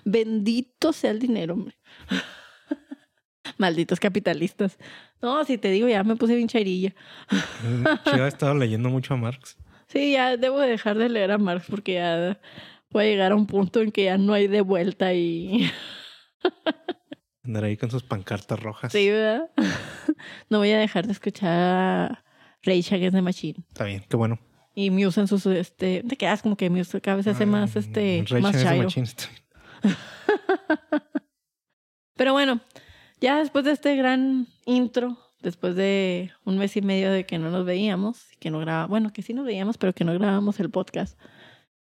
A: bendito sea el dinero, hombre. Malditos capitalistas. No, si te digo, ya me puse bien chairilla.
B: Chío ha estado leyendo mucho a Marx.
A: Sí, ya debo dejar de leer a Marx porque ya voy a llegar a un punto en que ya no hay de vuelta y...
B: Andar ahí con sus pancartas rojas.
A: Sí, ¿verdad? No voy a dejar de escuchar a Rage Against the Machine.
B: Está bien, qué bueno.
A: Y Muse en sus, este... Te quedas como que Muse cada vez hace más,
B: Ah,
A: este...
B: Rage
A: más
B: Against the
A: chairo.
B: Machine, está bien.
A: Pero bueno, ya después de este gran intro, después de un mes y medio de que no nos veíamos, que no grabamos, bueno, que sí nos veíamos, pero que no grabamos el podcast.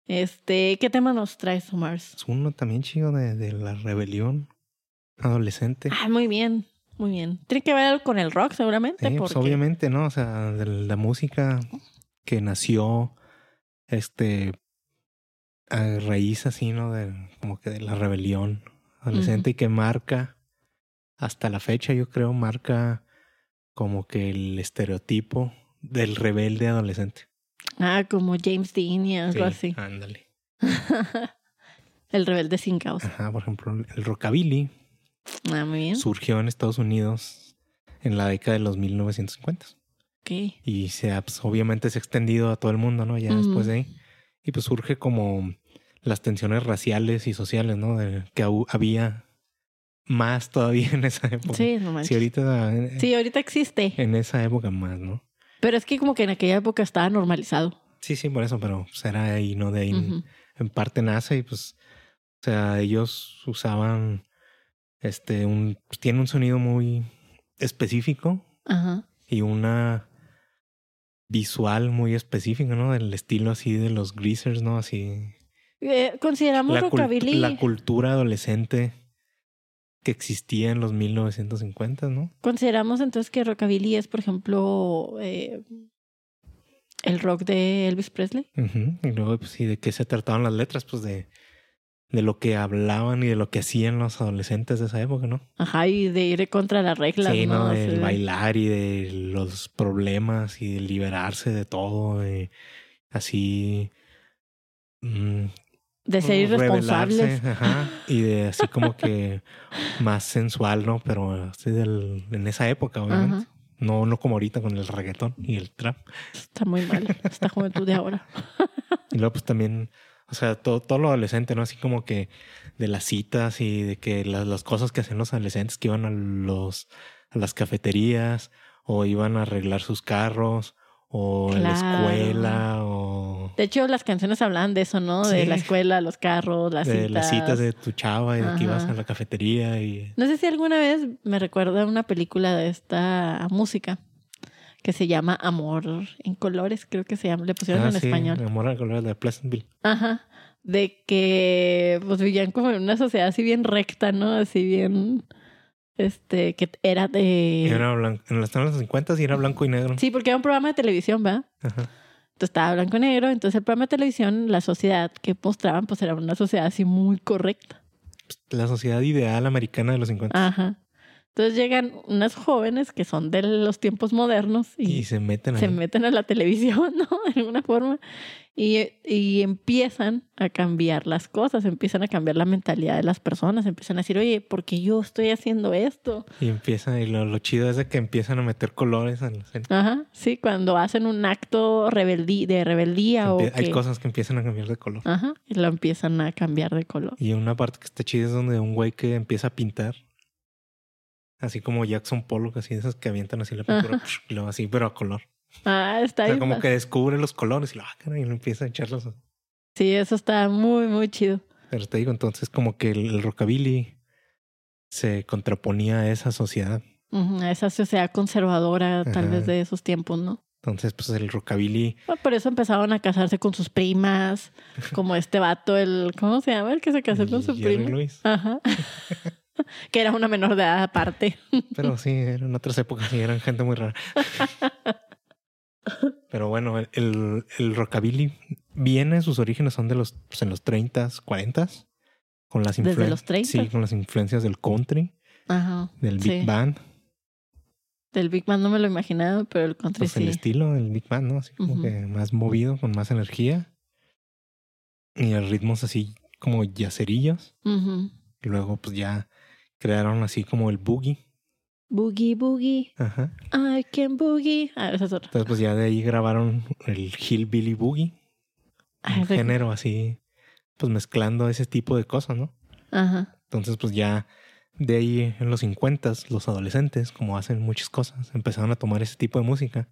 A: Este, ¿qué tema nos traes, Omar?
B: Es uno también chido de, de la rebelión adolescente.
A: Ah, muy bien, muy bien. Tiene que ver con el rock, seguramente,
B: Sí, pues,
A: porque
B: obviamente, ¿no? O sea, de la música que nació este a raíz así, ¿no? De, como que de la rebelión adolescente y que marca hasta la fecha, yo creo, marca como que el estereotipo del rebelde adolescente.
A: ah, como James Dean y algo
B: Sí,
A: así.
B: Ándale.
A: El rebelde sin causa.
B: Ajá, por ejemplo, el rockabilly
A: Ah, muy bien.
B: surgió en Estados Unidos en la década de los 1950.
A: Ok.
B: Y se, ha- pues, obviamente se ha extendido a todo el mundo, ¿no? Ya
A: Ujú.
B: después de ahí. Y pues surge como las tensiones raciales y sociales, ¿no? De- que au- había más todavía en esa época.
A: Sí, no manches.
B: Sí, ahorita en,
A: Sí, ahorita existe.
B: en esa época más, ¿no?
A: Pero es que como que en aquella época estaba normalizado.
B: Sí, sí, por eso, pero será ahí, ¿no? De ahí
A: Ujú.
B: en parte nace y pues, o sea, ellos usaban, este, un, pues, tiene un sonido muy específico
A: Ajá.
B: y una visual muy específica, ¿no? Del estilo así de los greasers, ¿no? Así.
A: Eh, consideramos
B: La, cultu-
A: rockabilly.
B: la cultura adolescente que existía en los 1950, ¿no?
A: Consideramos entonces que rockabilly es, por ejemplo, eh, el rock de Elvis Presley.
B: Ujú, Y luego, pues, ¿y de qué se trataban las letras? Pues de, de lo que hablaban y de lo que hacían los adolescentes de esa época, ¿no?
A: Ajá, y de ir contra las reglas,
B: sí,
A: ¿no?
B: ¿no?
A: O
B: Del
A: sea,
B: bailar y de los problemas y de liberarse de todo, de así. mm,
A: de ser irresponsables.
B: rebelarse, ajá, y de así como que más sensual, ¿no? Pero así del- en esa época, obviamente.
A: Ajá.
B: No, no como ahorita con el reggaetón y el trap.
A: Está muy mal esta juventud de ahora.
B: Y luego, pues también, o sea, todo, todo lo adolescente, ¿no? Así como que de las citas y de que las, las cosas que hacían los adolescentes que iban a, los, a las cafeterías o iban a arreglar sus carros o en la
A: Claro.
B: escuela o
A: De hecho, las canciones hablan de eso, ¿no? De
B: Sí.
A: la escuela, los carros, las
B: de
A: citas.
B: las citas de tu chava y de que ibas
A: Ajá.
B: a la cafetería y...
A: No sé si alguna vez me recuerda a una película de esta música que se llama Amor en Colores, creo que se llama, le pusieron
B: Ah,
A: en
B: sí,
A: español.
B: Amor al color de Pleasantville.
A: Ajá. De que pues vivían como en una sociedad así bien recta, ¿no? Así bien. Este, que era de.
B: Y era blanco, en los años 50 y era blanco y negro.
A: Sí, porque era un programa de televisión, ¿verdad?
B: Ajá.
A: Entonces estaba blanco y negro. Entonces el programa de televisión, la sociedad que mostraban, pues era una sociedad así muy correcta.
B: La sociedad ideal americana de los 50.
A: Ajá. Entonces llegan unas jóvenes que son de los tiempos modernos
B: Y
A: y
B: se meten
A: se
B: ahí.
A: meten a la televisión, ¿no? De alguna forma. Y, y empiezan a cambiar las cosas, empiezan a cambiar la mentalidad de las personas, empiezan a decir, oye, ¿por qué yo estoy haciendo esto?
B: Y empiezan, y lo, lo chido es de que empiezan a meter colores a la gente.
A: Ajá, sí, cuando hacen un acto rebeldí- de rebeldía o...
B: Empie- Hay
A: que-
B: cosas que empiezan a cambiar de color.
A: Ajá, y lo empiezan a cambiar de color.
B: Y una parte que está chida es donde un güey que empieza a pintar. Así como Jackson Pollock, así de esas que avientan así la pintura, y luego así, pero a color.
A: Ah, está
B: O sea,
A: bien
B: como
A: pa-
B: que descubre los colores y lo, ah, caray, y lo empieza a echarlos. a-
A: Sí, eso está muy, muy chido.
B: Pero te digo, entonces como que el, el rockabilly se contraponía a esa sociedad.
A: Ujú, a Esa sociedad conservadora, tal
B: Ajá.
A: vez de esos tiempos, ¿no?
B: Entonces, pues el rockabilly,
A: Bueno, Pues, por eso empezaron a casarse con sus primas, como este vato, el, ¿cómo se llama? El que se casó con su
B: Jerry
A: prima.
B: Lewis.
A: Ajá. que era una menor de edad aparte.
B: Pero sí, eran otras épocas y eran gente muy rara. Pero bueno, el, el, el rockabilly viene, sus orígenes son de los, pues, en los 30s, 40s, con las
A: Desde
B: influen-
A: los 30s.
B: Sí, con las influencias del country,
A: Ajá.
B: del Big
A: Sí.
B: Band,
A: Del Big Man no me lo imaginaba, pero el country
B: pues el
A: sí.
B: estilo del Big Band, ¿no? Así como
A: Ujú.
B: que más movido, con más energía. Y el ritmos así como yacerillos.
A: Ujú.
B: Y luego pues ya crearon así como el boogie.
A: Boogie, boogie,
B: Ajá.
A: I can boogie. Ah, esa es otra.
B: Entonces pues ya de ahí grabaron el Hillbilly Boogie.
A: Ay,
B: un
A: re-
B: género así, pues mezclando ese tipo de cosas, ¿no?
A: Ajá.
B: Entonces, pues ya de ahí en los 50 los adolescentes, como hacen muchas cosas, empezaron a tomar ese tipo de música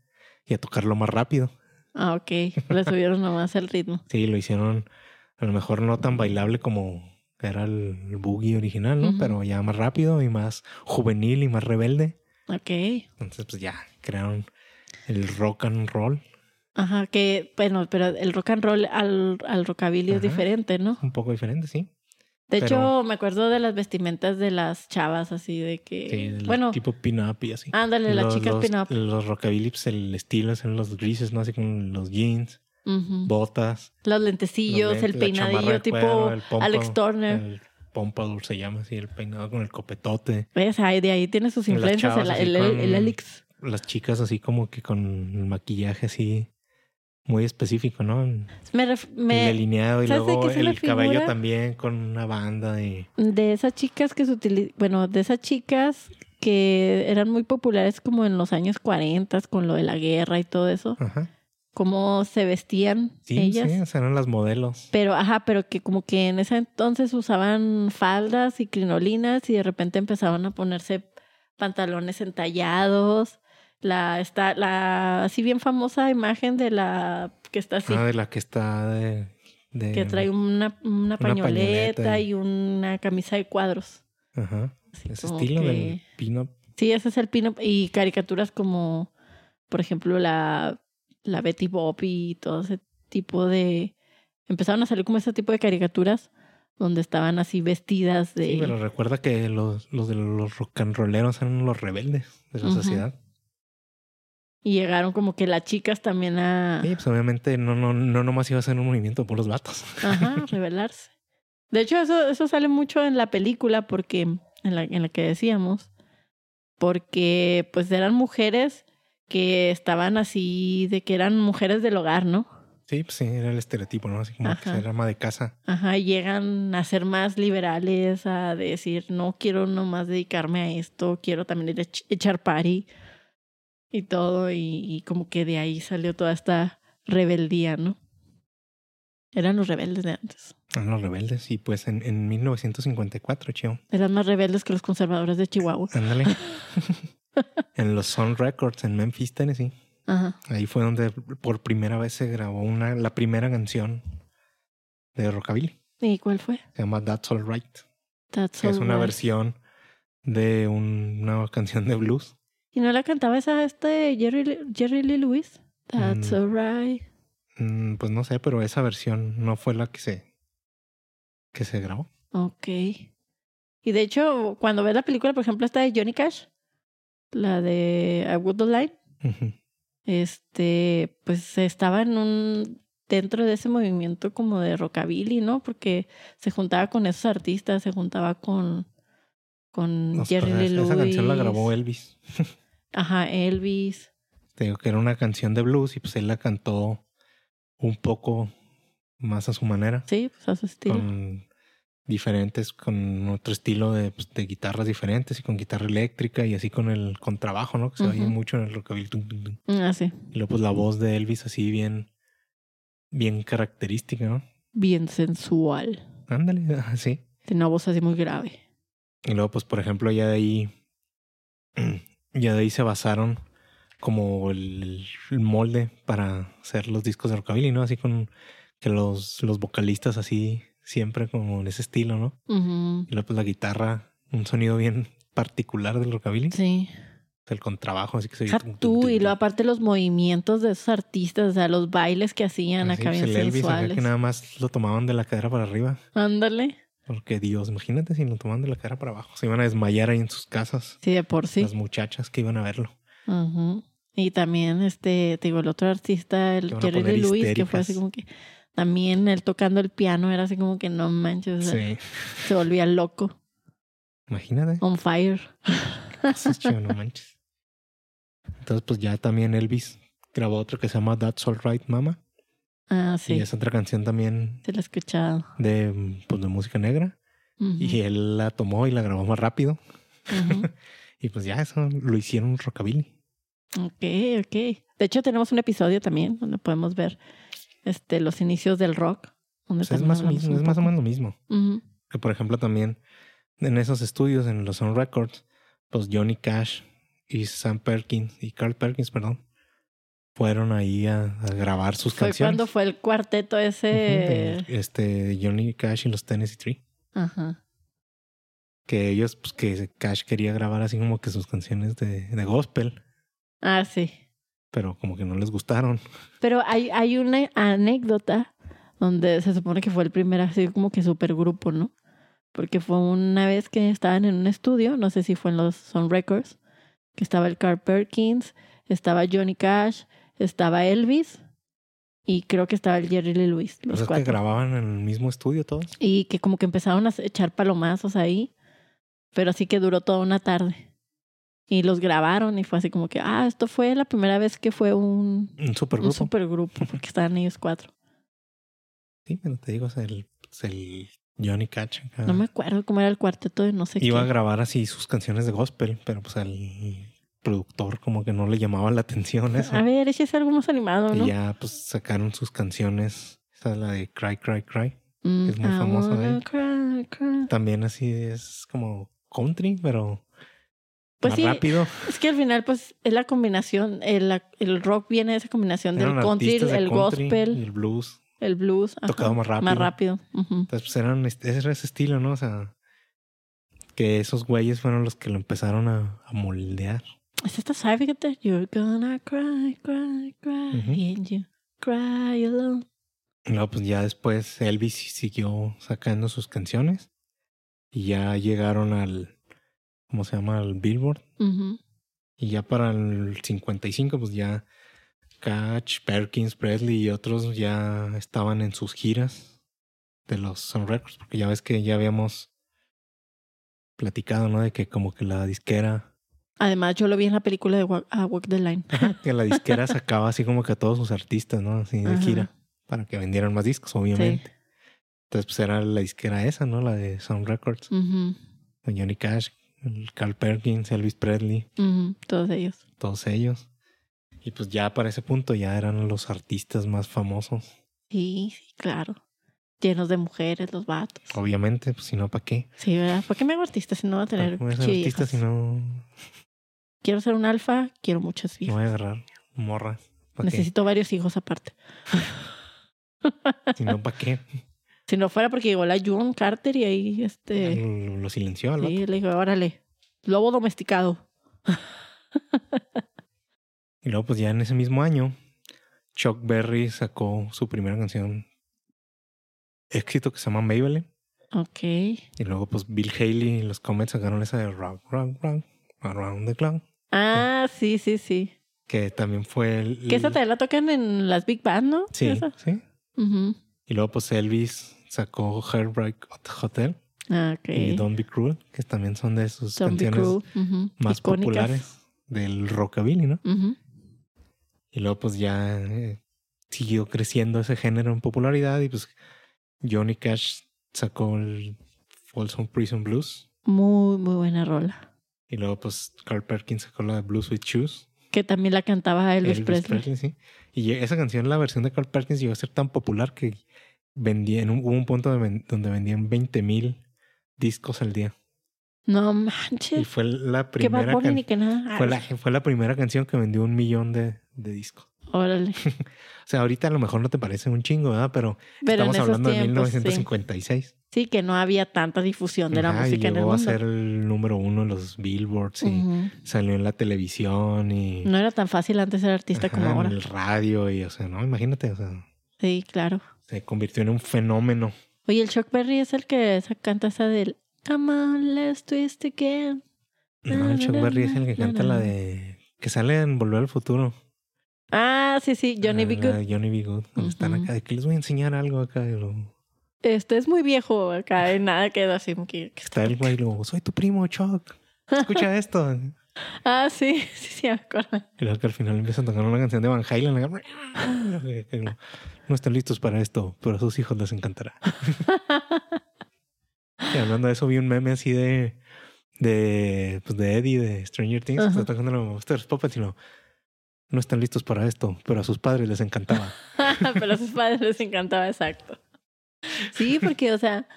B: y a tocarlo más rápido.
A: Ah, ok. Le subieron nomás el ritmo.
B: Sí, lo hicieron a lo mejor no tan bailable como era el boogie original, ¿no?
A: Ujú.
B: Pero ya más rápido y más juvenil y más rebelde.
A: Ok.
B: Entonces, pues ya crearon el rock and roll
A: Ajá, que bueno, pero el rock and roll al, al rockabilly es
B: Ajá.
A: diferente, ¿no?
B: un poco diferente, ¿sí?
A: De
B: Pero-
A: hecho, me acuerdo de las vestimentas de las chavas, así de que.
B: Sí, del
A: Eh, bueno,
B: tipo pin-up y así.
A: ándale, las
B: Los-
A: chicas
B: los,
A: pin-up.
B: Los rockabilly, pues, el estilo son los grises, ¿no? Así con los jeans,
A: Ujú.
B: botas.
A: Los
B: los
A: lentecillos,
B: lentes,
A: el
B: la chamarra
A: peinadillo
B: de
A: tipo
B: cuero, el pompa-
A: Alex Turner.
B: El pompadour se llama así, el peinado con el copetote.
A: ¿Ves? Ahí de ahí tiene sus
B: Las
A: influencias, el,
B: chavas así
A: el, el-
B: con-
A: el Alex.
B: Las chicas así como que con el maquillaje así muy específico, ¿no? El
A: Me, ref- me-
B: delineado y
A: ¿sabes de
B: luego
A: qué se
B: el
A: me
B: cabello
A: figura?
B: también con una banda de...
A: de esas chicas que se utilizan, bueno, de esas chicas que eran muy populares como en los años 40 con lo de la guerra y todo eso,
B: Ajá.
A: cómo se vestían
B: Sí,
A: ellas.
B: sí, o sea, eran las modelos.
A: Pero, ajá, pero que como que en ese entonces usaban faldas y crinolinas y de repente empezaban a ponerse pantalones entallados. La, está, la así bien famosa imagen de la que está así,
B: Ah, de la que está de. de-
A: que trae una, una pañoleta
B: pañoleta y-
A: y una camisa de cuadros.
B: Ajá.
A: Así
B: Ese
A: como
B: estilo
A: que-
B: del pin-up.
A: Sí, ese es el pino. Y caricaturas como, por ejemplo, la, la Betty Bob y todo ese tipo de... Empezaron a salir como ese tipo de caricaturas donde estaban así vestidas de...
B: Sí, pero recuerda que los, los de los rock and rolleros eran los rebeldes de la
A: Ujú.
B: sociedad.
A: Y llegaron como que las chicas también a...
B: Sí, pues obviamente no, no, no nomás iba a ser un movimiento por los vatos.
A: Ajá, a rebelarse. De hecho, eso, eso sale mucho en la película porque, en la, en la que decíamos, porque pues eran mujeres que estaban así, de que eran mujeres del hogar, ¿no?
B: Sí, pues sí, era el estereotipo, ¿no? Así como que
A: Ajá.
B: ser ama de casa.
A: Ajá, llegan a ser más liberales, a decir, no quiero nomás dedicarme a esto, quiero también ir a ech- echar party y todo, y, y como que de ahí salió toda esta rebeldía, ¿no? Eran los rebeldes de antes.
B: Eran los rebeldes. Y pues en, en 1954, chido.
A: Eran más rebeldes que los conservadores de Chihuahua.
B: Ándale. en los Sun Records en Memphis, Tennessee.
A: Ajá.
B: Ahí fue donde por primera vez se grabó una, la primera canción de Rockabilly.
A: ¿Y cuál fue?
B: Se llama That's All Right.
A: That's
B: Que es
A: All
B: una
A: Right.
B: versión de un- una canción de blues.
A: ¿Y no la cantaba esa este Jerry, Lee- Jerry Lee Lewis? That's
B: Mm.
A: alright.
B: Mm, pues no sé, pero esa versión no fue la que se, que se grabó.
A: Ok. Y de hecho, cuando ves la película, por ejemplo, esta de Johnny Cash, la de I Would Line,
B: Ujú.
A: este, pues estaba en un dentro de ese movimiento como de rockabilly, ¿no? Porque se juntaba con esos artistas, se juntaba con con
B: O sea,
A: Jerry Lee Lewis.
B: esa canción la grabó Elvis.
A: Ajá, Elvis.
B: Te digo que era una canción de blues y pues él la cantó un poco más a su manera.
A: Sí, pues a su estilo.
B: Con diferentes, con otro estilo de, pues, de guitarras diferentes y con guitarra eléctrica y así con el contrabajo, ¿no? Que se oye
A: Ujú.
B: mucho en el rockabilly. tum, tum, tum.
A: Ah, sí.
B: Y luego pues la voz de Elvis así bien, bien característica, ¿no?
A: Bien sensual.
B: Ándale, así.
A: Tiene una voz así muy grave.
B: Y luego, pues, por ejemplo, ya de ahí. Ya de ahí se basaron como el, el molde para hacer los discos de rockabilly, ¿no? Así con que los, los vocalistas así siempre como en ese estilo, ¿no?
A: Ujú.
B: Y luego, pues, la guitarra, un sonido bien particular del rockabilly.
A: Sí.
B: El contrabajo, así que se
A: Deja tú, y lo aparte los movimientos de esos artistas, o sea, los bailes que hacían
B: Así,
A: acá
B: pues,
A: bien
B: el Elvis, acá que
A: sensuales.
B: nada más lo tomaban de la cadera para arriba.
A: Ándale.
B: Porque Dios, imagínate si lo tomaban de la cadera para abajo. Se iban a desmayar ahí en sus casas.
A: Sí, de por sí.
B: Las muchachas que iban a verlo.
A: Ujú. Y también, este, te digo, el otro artista,
B: Te
A: el
B: van a
A: Jerry
B: poner
A: Lee Lewis, que fue así
B: histéricas.
A: como que también él tocando el piano era así como que no manches, o sea,
B: Sí.
A: se volvía loco,
B: Imagínate.
A: on fire.
B: Eso es chido, no manches. Entonces, pues ya también Elvis grabó otro que se llama That's All Right Mama.
A: Ah, sí,
B: Y es otra canción también
A: se lo he escuchado.
B: de, pues, de música negra.
A: Ujú,
B: Y él la tomó y la grabó más rápido.
A: ujú.
B: Y pues ya eso lo hicieron rockabilly.
A: Ok, ok. De hecho, tenemos un episodio también donde podemos ver este, los inicios del rock. Donde
B: O sea, Pues es
A: también
B: más, o
A: hablamos
B: mismo-
A: un
B: es más o
A: poco.
B: menos lo mismo.
A: Ujú.
B: Que por ejemplo también en esos estudios, en los Sun Records, pues Johnny Cash y Sam Perkins y Carl Perkins, perdón, fueron ahí a, a grabar sus
A: Fue
B: canciones.
A: cuando fue el cuarteto
B: Ujú,
A: ese.
B: de, Este Johnny Cash y los Tennessee Tree.
A: Ajá.
B: que ellos, pues que Cash quería grabar así como que sus canciones de, de gospel,
A: Ah, sí.
B: pero como que no les gustaron.
A: Pero hay, hay una anécdota donde se supone que fue el primer así como que supergrupo, ¿no? Porque fue una vez que estaban en un estudio, no sé si fue en los Sun Records, que estaba el Carl Perkins, estaba Johnny Cash, estaba Elvis y creo que estaba el Jerry Lee Lewis, los
B: Los es que
A: cuatro.
B: grababan en el mismo estudio todos.
A: y que como que empezaron a echar palomazos ahí, pero así que duró toda una tarde. Y los grabaron y fue así como que, ah, esto fue la primera vez que fue un,
B: Un
A: un
B: supergrupo.
A: supergrupo, porque estaban ellos cuatro.
B: Sí, pero te digo, o sea, el, pues, el Johnny Cash. acá.
A: No me acuerdo cómo era el cuarteto de no sé
B: Iba a
A: qué.
B: grabar así sus canciones de gospel, pero pues al productor como que no le llamaba la atención eso.
A: A ver, es algo más animado, Ah, ¿no?
B: Y ya pues sacaron sus canciones. Esa es la de Cry, Cry, Cry.
A: Mm,
B: es muy
A: I
B: famosa de
A: wanna
B: él.
A: cry, cry.
B: También así es como country, pero
A: Pues
B: más
A: sí,
B: rápido.
A: es que al final, pues, es la combinación, el, la- el rock viene de esa combinación del
B: Eran
A: country,
B: artistas de
A: el
B: country
A: gospel,
B: y el blues.
A: el blues. ajá,
B: Tocado más rápido.
A: Más rápido. ujú.
B: Entonces, pues eran este- ese era ese estilo, ¿no? O sea, que esos güeyes fueron los que lo empezaron a, a moldear.
A: Es esta, ¿sabes? Fíjate. You're gonna cry, cry, cry.
B: Ujú.
A: And you cry alone.
B: Y luego, pues ya después Elvis siguió sacando sus canciones y ya llegaron al, ¿cómo se llama? Al Billboard.
A: Ujú.
B: Y ya para el 55, pues ya Catch, Perkins, Presley y otros ya estaban en sus giras de los Sun Records, porque ya ves que ya habíamos platicado, ¿no? De que como que la disquera,
A: Además, yo lo vi en la película de Walk, ah, Walk the Line.
B: que la disquera sacaba así como que a todos sus artistas, ¿no? Así de
A: Ajá.
B: gira, para que vendieran más discos, obviamente. Entonces, pues era la disquera esa, ¿no? La de Sun Records,
A: Ujú,
B: con Johnny Cash, el Carl Perkins, Elvis Presley.
A: ujú, Todos ellos.
B: todos ellos. Y pues ya para ese punto ya eran los artistas más famosos.
A: Sí, sí, claro. Llenos de mujeres, los vatos.
B: Obviamente, pues si no, ¿para qué?
A: Sí, ¿verdad? ¿Por qué me hago artista si no va a
B: ¿Para
A: tener
B: qué voy a ser artista
A: chicas?
B: si no,
A: Quiero ser un alfa, quiero muchas
B: no
A: hijas.
B: voy a agarrar morras? ¿Para qué?
A: Necesito varios hijos aparte.
B: Si no, ¿para qué?
A: Si no fuera porque llegó la June Carter y ahí este
B: Lo, lo silenció. al vato.
A: sí, le dijo, órale, lobo domesticado.
B: Y luego, pues ya en ese mismo año, Chuck Berry sacó su primera canción éxito que se llama Maybelline.
A: Ok.
B: Y luego, pues Bill Haley y los Comets sacaron esa de Rock, Rock, Rock, Around the Clock.
A: Ah, sí, sí, sí.
B: Que también fue el.
A: Que esa te la tocan en las Big Band, ¿no?
B: Sí,
A: Esa.
B: sí.
A: Ujú.
B: Y luego, pues Elvis sacó Heartbreak Hotel
A: Ah,
B: y
A: ok.
B: Don't Be Cruel, que también son de sus
A: Don't Be
B: canciones
A: Cruel. Ujú.
B: más
A: Icónicas.
B: populares del rockabilly, ¿no?
A: Ujú.
B: Y luego, pues ya eh, siguió creciendo ese género en popularidad y pues Johnny Cash sacó el Folsom Prison Blues.
A: Muy, muy buena rola.
B: Y luego, pues Carl Perkins sacó la de Blues with Shoes.
A: Que también la cantaba Elvis,
B: Elvis
A: Presley.
B: sí. Y esa canción, la versión de Carl Perkins, llegó a ser tan popular que vendía, en un- hubo un punto de ven- donde vendían 20 mil discos al día.
A: No
B: Y
A: manches.
B: fue la
A: Que Bad
B: primera
A: Bunny
B: can-
A: ni que nada. Ah,
B: fue la, fue la primera canción que vendió un millón de, de discos.
A: Órale.
B: O sea, ahorita a lo mejor no te parece un chingo, ¿verdad? Pero,
A: Pero
B: estamos
A: en esos
B: hablando de
A: tiempos, sí.
B: 1956.
A: Sí, que no había tanta difusión de la
B: Ajá, y
A: música en el
B: llegó
A: mundo.
B: a ser el número uno en los billboards y
A: Ujú.
B: salió en la televisión y
A: No era tan fácil antes ser artista como
B: ajá,
A: ahora.
B: en el radio y, o sea, no, imagínate, o sea,
A: Sí, claro.
B: se convirtió en un fenómeno.
A: Oye, el Chuck Berry es el que esa- canta esa del Come on, let's twist again.
B: No, el Chuck Berry es el que canta la de que sale en Volver al Futuro.
A: Ah, sí, sí, Johnny B.
B: La de
A: Good.
B: Johnny B. Good. Cuando Están
A: Ujú.
B: acá de que les voy a enseñar algo acá y luego
A: Este es muy viejo acá, y nada queda así. como que-
B: Está el güey y luego, soy tu primo, Chuck. Escucha esto.
A: Ah, sí, sí, sí, me acuerdo.
B: Y luego que al final empiezan a tocar una canción de Van Halen. acá. No están listos para esto, pero a sus hijos les encantará. Y hablando de eso, vi un meme así de de, pues de Eddie de Stranger Things. que
A: Ajá.
B: Está tocando la Monsters Puppets y lo, no están listos para esto, pero a sus padres les encantaba.
A: Pero a sus padres les encantaba, exacto. Sí, porque, o sea,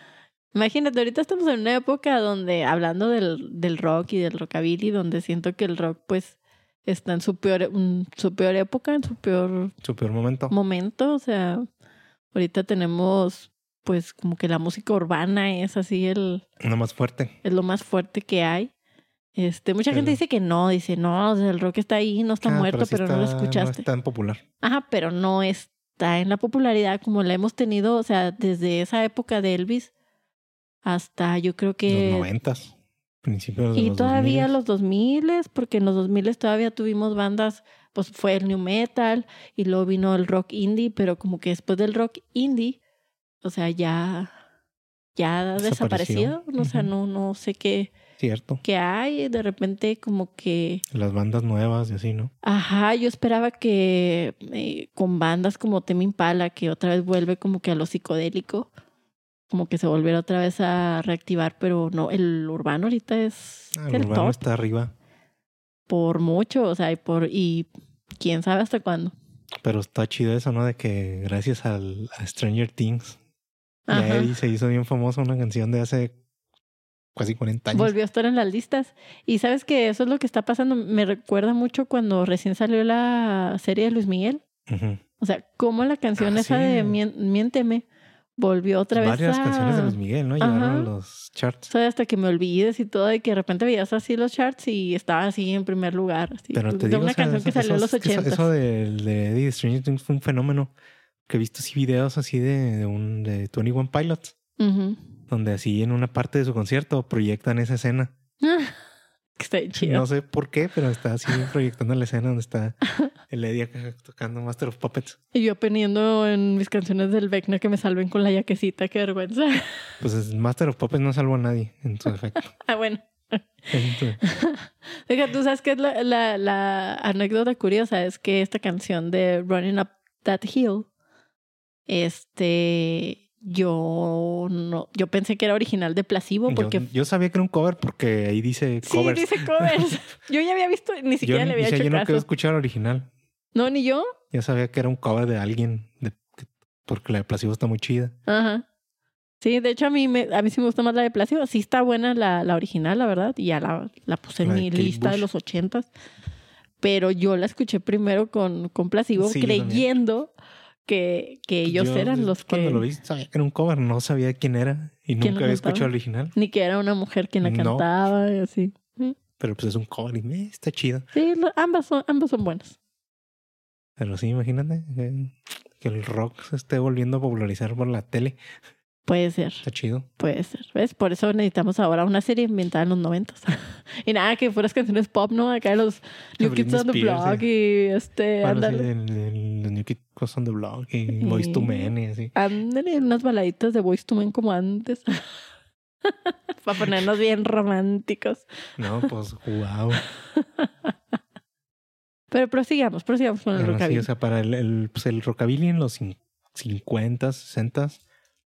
A: imagínate, ahorita estamos en una época donde, hablando del, del rock y del rockabilly, donde siento que el rock, pues, está en su peor, en su peor época, en su peor
B: Su peor momento.
A: momento. O sea, ahorita tenemos, pues, como que la música urbana es así el,
B: Nada más fuerte.
A: es lo más fuerte que hay. Este, mucha
B: Pero-
A: gente dice que no, dice, no, o sea, el rock está ahí, no está
B: Ah,
A: muerto,
B: sí
A: pero no lo
B: está- No
A: escuchaste.
B: es tan popular.
A: Ajá, pero no está en la popularidad como la hemos tenido, o sea, desde esa época de Elvis hasta yo creo
B: Los
A: que...
B: noventas. Principios de
A: Y
B: los
A: todavía
B: 2000s.
A: los 2000, porque en los 2000 todavía tuvimos bandas, pues fue el New Metal y luego vino el rock indie, pero como que después del rock indie, o sea, ya... Ya ha
B: Desapareció.
A: desaparecido, o sea,
B: Ujú.
A: no, no sé qué,
B: Cierto.
A: que hay, eh, de repente como que,
B: Las bandas nuevas y así, ¿no?
A: ajá, yo esperaba que eh, con bandas como Temi Impala, que otra vez vuelve como que a lo psicodélico, como que se volviera otra vez a reactivar, pero no, el urbano ahorita es
B: Ah,
A: el
B: el urbano
A: top
B: está arriba,
A: por mucho, o sea, y por y quién sabe hasta cuándo.
B: pero está chido eso, ¿no? De que gracias al, a Stranger Things, ya
A: Ajá.
B: Eddie se hizo bien famosa una canción de hace casi 40 años.
A: Volvió a estar en las listas. Y sabes que eso es lo que está pasando. Me recuerda mucho cuando recién salió la serie de Luis Miguel.
B: Ujú.
A: O sea, cómo la canción
B: Ah,
A: esa de
B: sí.
A: Mien- Miénteme volvió otra vez
B: Varias
A: a-
B: canciones de Luis Miguel, ¿no?
A: Ajá.
B: Llegaron a los
A: O
B: charts.
A: sea, hasta que me olvides y todo, y que de repente veías así los charts y estaba así en primer lugar. Así,
B: Pero te
A: pues, de
B: digo,
A: una
B: o sea,
A: canción que
B: eso-
A: salió en los
B: eso- eso-
A: 80.
B: Eso de, de Eddie de Stranger Things fue un fenómeno. Que he visto así videos así de, de un de 21 Pilots,
A: Ujú.
B: donde así en una parte de su concierto proyectan esa escena.
A: Que está bien chido.
B: No sé por qué, pero está así proyectando la escena donde está el Eddie acá tocando Master of Puppets.
A: Y yo poniendo en mis canciones del Vecna que me salven con la yaquecita, qué vergüenza.
B: Pues es- Master of Puppets no salvó a nadie en su efecto.
A: ah, bueno.
B: Entonces,
A: Oiga, tú sabes que es la, la- la anécdota curiosa es que esta canción de Running Up That Hill, este, yo no, yo pensé que era original de Placebo
B: yo,
A: porque
B: yo sabía que era un cover porque ahí dice
A: sí
B: covers.
A: dice covers. Yo ya había visto, ni
B: yo,
A: siquiera le había
B: o sea,
A: hecho
B: yo no
A: caso.
B: quiero escuchar original.
A: No, ni yo.
B: Ya sabía que era un cover de alguien de- que- porque la de Placebo está muy chida.
A: Ajá. Sí, de hecho a mí me, a mí sí me gusta más la de Plácido. Sí está buena la, la original, la verdad. Y ya la, la puse en
B: La de
A: mi
B: Kate
A: lista de
B: Bush.
A: los ochentas. Pero yo la escuché primero con, con Placebo,
B: Sí, yo también. Pues
A: creyendo que, que ellos
B: Yo,
A: eran los
B: cuando
A: que
B: lo vi sabía que era un cover, no sabía quién era y
A: ¿Quién
B: nunca
A: lo
B: había
A: cantaba?
B: escuchado el original,
A: ni que era una mujer quien la
B: No.
A: cantaba y así.
B: pero pues es un cover y eh, está chido.
A: Sí, lo- ambas son, ambas son buenas.
B: Pero sí, imagínate eh, que el rock se esté volviendo a popularizar por la tele.
A: Puede ser,
B: Está chido.
A: puede ser. ¿Ves? Por eso necesitamos ahora una serie inventada en los noventas. y nada, que fueras canciones pop, ¿no? Acá los New
B: Britney
A: Kids on the
B: Spears,
A: Block
B: sí.
A: y este,
B: Bueno, sí,
A: ándale.
B: el- el- los New Kids on the Block y Boys to
A: Sí.
B: Men y así.
A: Ándale, unas baladitas de Boyz II Men como antes. Para ponernos bien románticos.
B: No, pues wow.
A: Pero prosigamos, prosigamos con el
B: Bueno, sí,
A: rockabilly.
B: o sea, para el, el, pues, el rockabilly en los cin- 50, 60.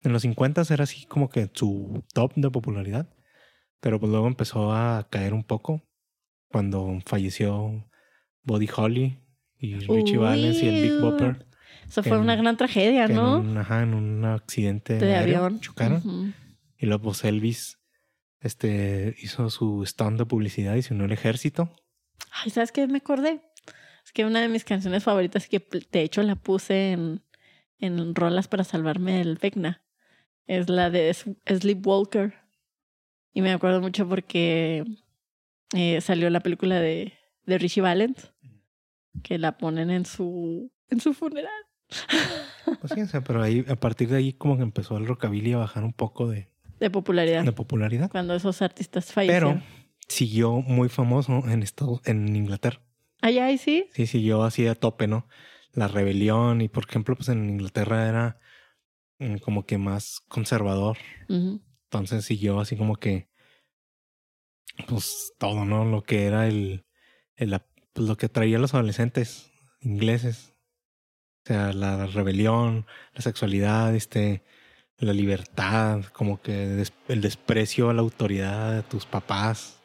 B: En los 50 era así como que su top de popularidad. Pero pues luego empezó a caer un poco cuando falleció Buddy Holly y
A: Uy.
B: Richie Valens y el Big Bopper.
A: Eso fue
B: en-
A: una gran tragedia,
B: que
A: ¿no?
B: En un, ajá, en un accidente
A: De
B: aéreo
A: avión.
B: Chocaron.
A: Ujú.
B: Y luego pues Elvis este, hizo su stand de publicidad y se unió al ejército.
A: Ay, ¿sabes qué? Me acordé. Es que una de mis canciones favoritas, que pl- de hecho la puse en, en rolas para salvarme del Vecna, es la de S- Sleepwalker. Y me acuerdo mucho porque eh, salió la película de, de Richie Valens, que la ponen en su, en su funeral.
B: Pues sí, o sea, pero ahí, a partir de ahí como que empezó el rockabilly a bajar un poco de,
A: De popularidad.
B: de popularidad.
A: Cuando esos artistas
B: Pero
A: fallecieron.
B: siguió muy famoso en Estados, en Inglaterra.
A: Ay, ay, sí.
B: Sí, siguió así a tope, ¿no? La rebelión y, por ejemplo, pues en Inglaterra era mm, como que más conservador.
A: Ujú.
B: Entonces siguió así como que, pues todo, ¿no? Lo que era el, el ap- pues, lo que atraía a los adolescentes ingleses. O sea, la rebelión, la sexualidad, este, la libertad, como que des- el desprecio a la autoridad de tus papás,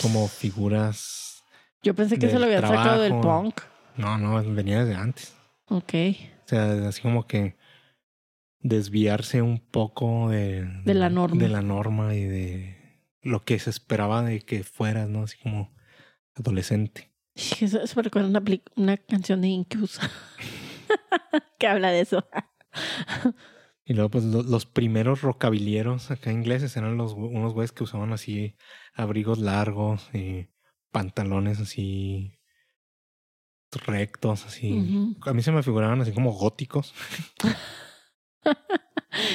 B: como figuras.
A: Yo pensé que se
B: Del
A: lo habían sacado del
B: trabajo.
A: punk.
B: No, no, venía desde antes.
A: Ok.
B: O sea, así como que desviarse un poco de,
A: De la norma.
B: De la norma y de lo que se esperaba de que fueras, ¿no? Así como adolescente.
A: Eso, eso me recuerda una, peli- una canción de Incus que habla de eso.
B: Y luego, pues, lo- los primeros rocabilieros acá ingleses eran los, gü- unos güeyes que usaban así abrigos largos y pantalones así rectos, así.
A: Ujú.
B: A mí se me figuraban así como góticos.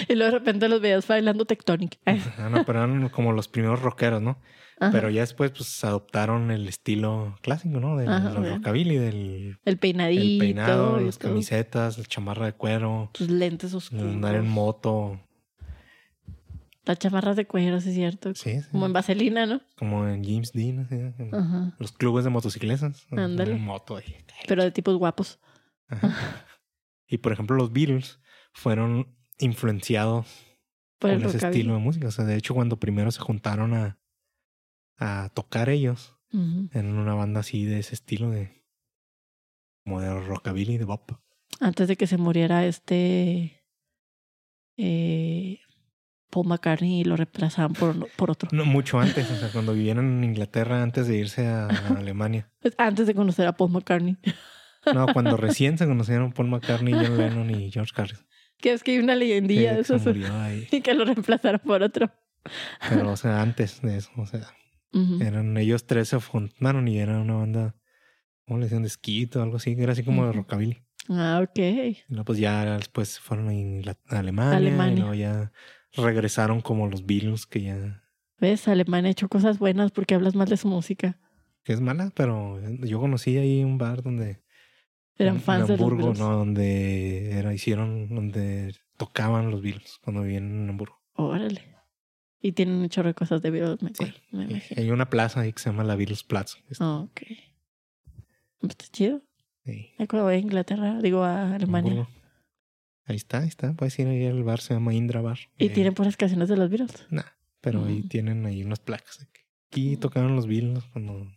A: Y luego de repente los veías bailando Tectonic.
B: Ah, no, pero eran como los primeros rockeros, ¿no?
A: Ajá.
B: Pero ya después pues adoptaron el estilo clásico, ¿no? Del
A: Ajá,
B: del
A: ya.
B: rockabilly, del
A: el peinadito,
B: el peinado,
A: y
B: las
A: todo.
B: camisetas, la chamarra de cuero,
A: tus lentes
B: el andar en
A: oscuros,
B: moto.
A: las chamarras de cuero, sí es cierto.
B: Sí, sí.
A: Como en vaselina, ¿no?
B: Como en James Dean, así, ¿no? En
A: Ajá.
B: los clubes de motocicletas.
A: Ándale.
B: En moto ahí.
A: Pero de tipos guapos.
B: Ajá. Y por ejemplo, los Beatles fueron influenciados
A: Por el
B: con ese
A: rockabilly.
B: estilo de música. O sea, de hecho, cuando primero se juntaron a, a tocar ellos,
A: Ujú.
B: eran una banda así de ese estilo de. como de rockabilly, de bop.
A: Antes de que se muriera este eh, Paul McCartney y lo reemplazaban por, por otro.
B: No, mucho antes, o sea, cuando vivieron en Inglaterra, antes de irse a, a Alemania.
A: Pues Antes de conocer a Paul McCartney.
B: No, cuando recién se conocieron Paul McCartney, John Lennon y George Harrison.
A: Que es que hay una
B: Sí,
A: leyendilla de
B: se
A: esos
B: murió ahí.
A: y que lo reemplazaron por otro.
B: Pero, o sea, antes de eso, o sea,
A: Ujú.
B: Eran ellos tres se juntaron y era una banda, ¿cómo le decían? De esquito o algo así, que era así como de
A: Ujú.
B: rockabilly.
A: Ah, ok.
B: Y luego, pues ya después se fueron a, Ingla- a Alemania,
A: Alemania.
B: y luego ya regresaron como los Beatles, que ya
A: ¿Ves? Alemán ha hecho cosas buenas porque hablas mal de su música.
B: que es mala, pero yo conocí ahí un bar donde
A: Eran
B: en-
A: fans
B: en
A: de los
B: Hamburgo,
A: Beatles.
B: no, donde era hicieron donde tocaban los Beatles cuando vivían en Hamburgo.
A: Órale. Y tienen un chorro de cosas de Beatles, me acuerdo. Me
B: Y
A: imagino.
B: hay una plaza ahí que se llama la Beatles Plaza. Es-
A: Ah, ok. Pues Está chido.
B: sí,
A: Ahí Cuando voy a Inglaterra, digo a
B: en
A: Alemania.
B: Hamburgo. Ahí está, ahí está. Puedes ir ahí al bar, se llama Indra Bar.
A: Y mm.
B: Eh,
A: tienen puras canciones de los Beatles.
B: Nah, pero ahí
A: Ujú.
B: tienen ahí unas placas. de que Aquí
A: Ujú.
B: tocaron los Beatles cuando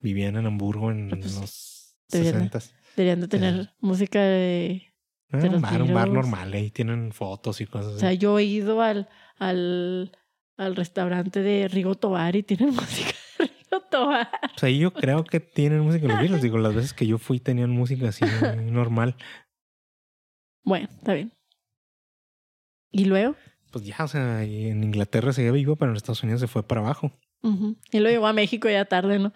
B: vivían en Hamburgo en
A: Ah, pues,
B: los
A: de verdad.
B: 60
A: Deberían de tener
B: Claro.
A: música de... de
B: Ah, un
A: los
B: bar, un bar
A: Beatles.
B: normal, ahí tienen fotos y cosas
A: O
B: así.
A: sea, yo he ido al, al, al restaurante de Rigo Tobar y tienen música de Rigo Tobar.
B: O sea, Pues ahí yo creo que tienen música los Beatles. Digo, las veces que yo fui tenían música así normal.
A: Bueno, está bien. ¿Y luego?
B: Pues ya, o sea, ahí en Inglaterra seguía vivo, pero en Estados Unidos se fue para abajo.
A: Ujú. Y luego llegó a México ya tarde, ¿no?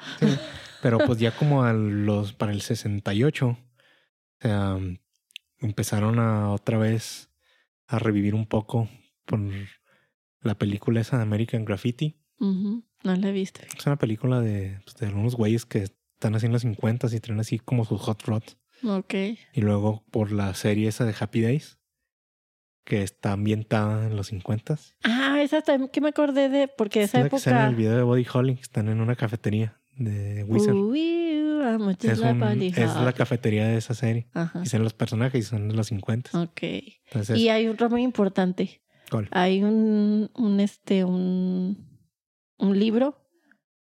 B: Pero pues ya como a los, para el 68, o sea, empezaron a otra vez a revivir un poco por la película esa de American Graffiti.
A: Ujú. No la he visto.
B: Es una película de, pues, de unos güeyes que están así en los 50 y traen así como sus hot rods.
A: Ok.
B: Y luego por la serie esa de Happy Days, que está ambientada en los 50.
A: Ah, esa también que me acordé de, porque esa
B: que sale en
A: época...
B: el video de Body Holly, que están en una cafetería de Wizard.
A: Uh, Uy, how much is
B: es,
A: that
B: un-
A: body
B: es la
A: hot?
B: cafetería de esa serie.
A: Ajá.
B: Y son los personajes y son de los 50.
A: Ok.
B: Entonces,
A: Ah, Y hay otro muy importante.
B: ¿cuál?
A: Hay un, un este, un, un libro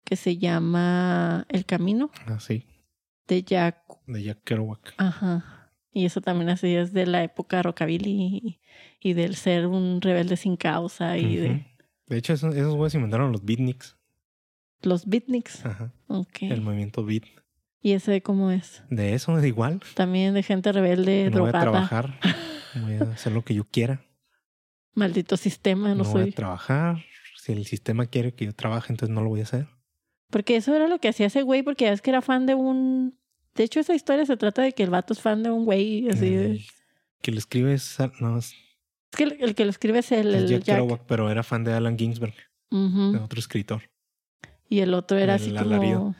A: que se llama El Camino
B: Ah, sí,
A: de Jack.
B: de Jack Kerouac.
A: Ajá. Y eso también así es de la época rockabilly y, y del ser un rebelde sin causa y
B: Ujú.
A: de
B: De hecho, esos, esos güeyes inventaron los beatniks.
A: los beatniks.
B: Ajá.
A: Ok.
B: El movimiento beat.
A: ¿Y ese cómo es?
B: De eso es igual.
A: También de gente rebelde,
B: no voy a
A: drogada.
B: trabajar. Voy a hacer lo que yo quiera.
A: Maldito sistema, no,
B: No, voy
A: soy.
B: a trabajar. Si el sistema quiere que yo trabaje, entonces no lo voy a hacer.
A: Porque eso era lo que hacía ese güey, porque ya es que era fan de un. De hecho, esa historia se trata de que el vato es fan de un güey, así de-
B: El Eh, que lo escribe es, no, es,
A: Es que el, el que lo escribe es el,
B: es
A: el
B: Jack,
A: Jack.
B: Kerouac, pero era fan de Alan Ginsberg,
A: Ujú.
B: de otro escritor,
A: Y el otro era
B: El
A: así
B: alarido.
A: como.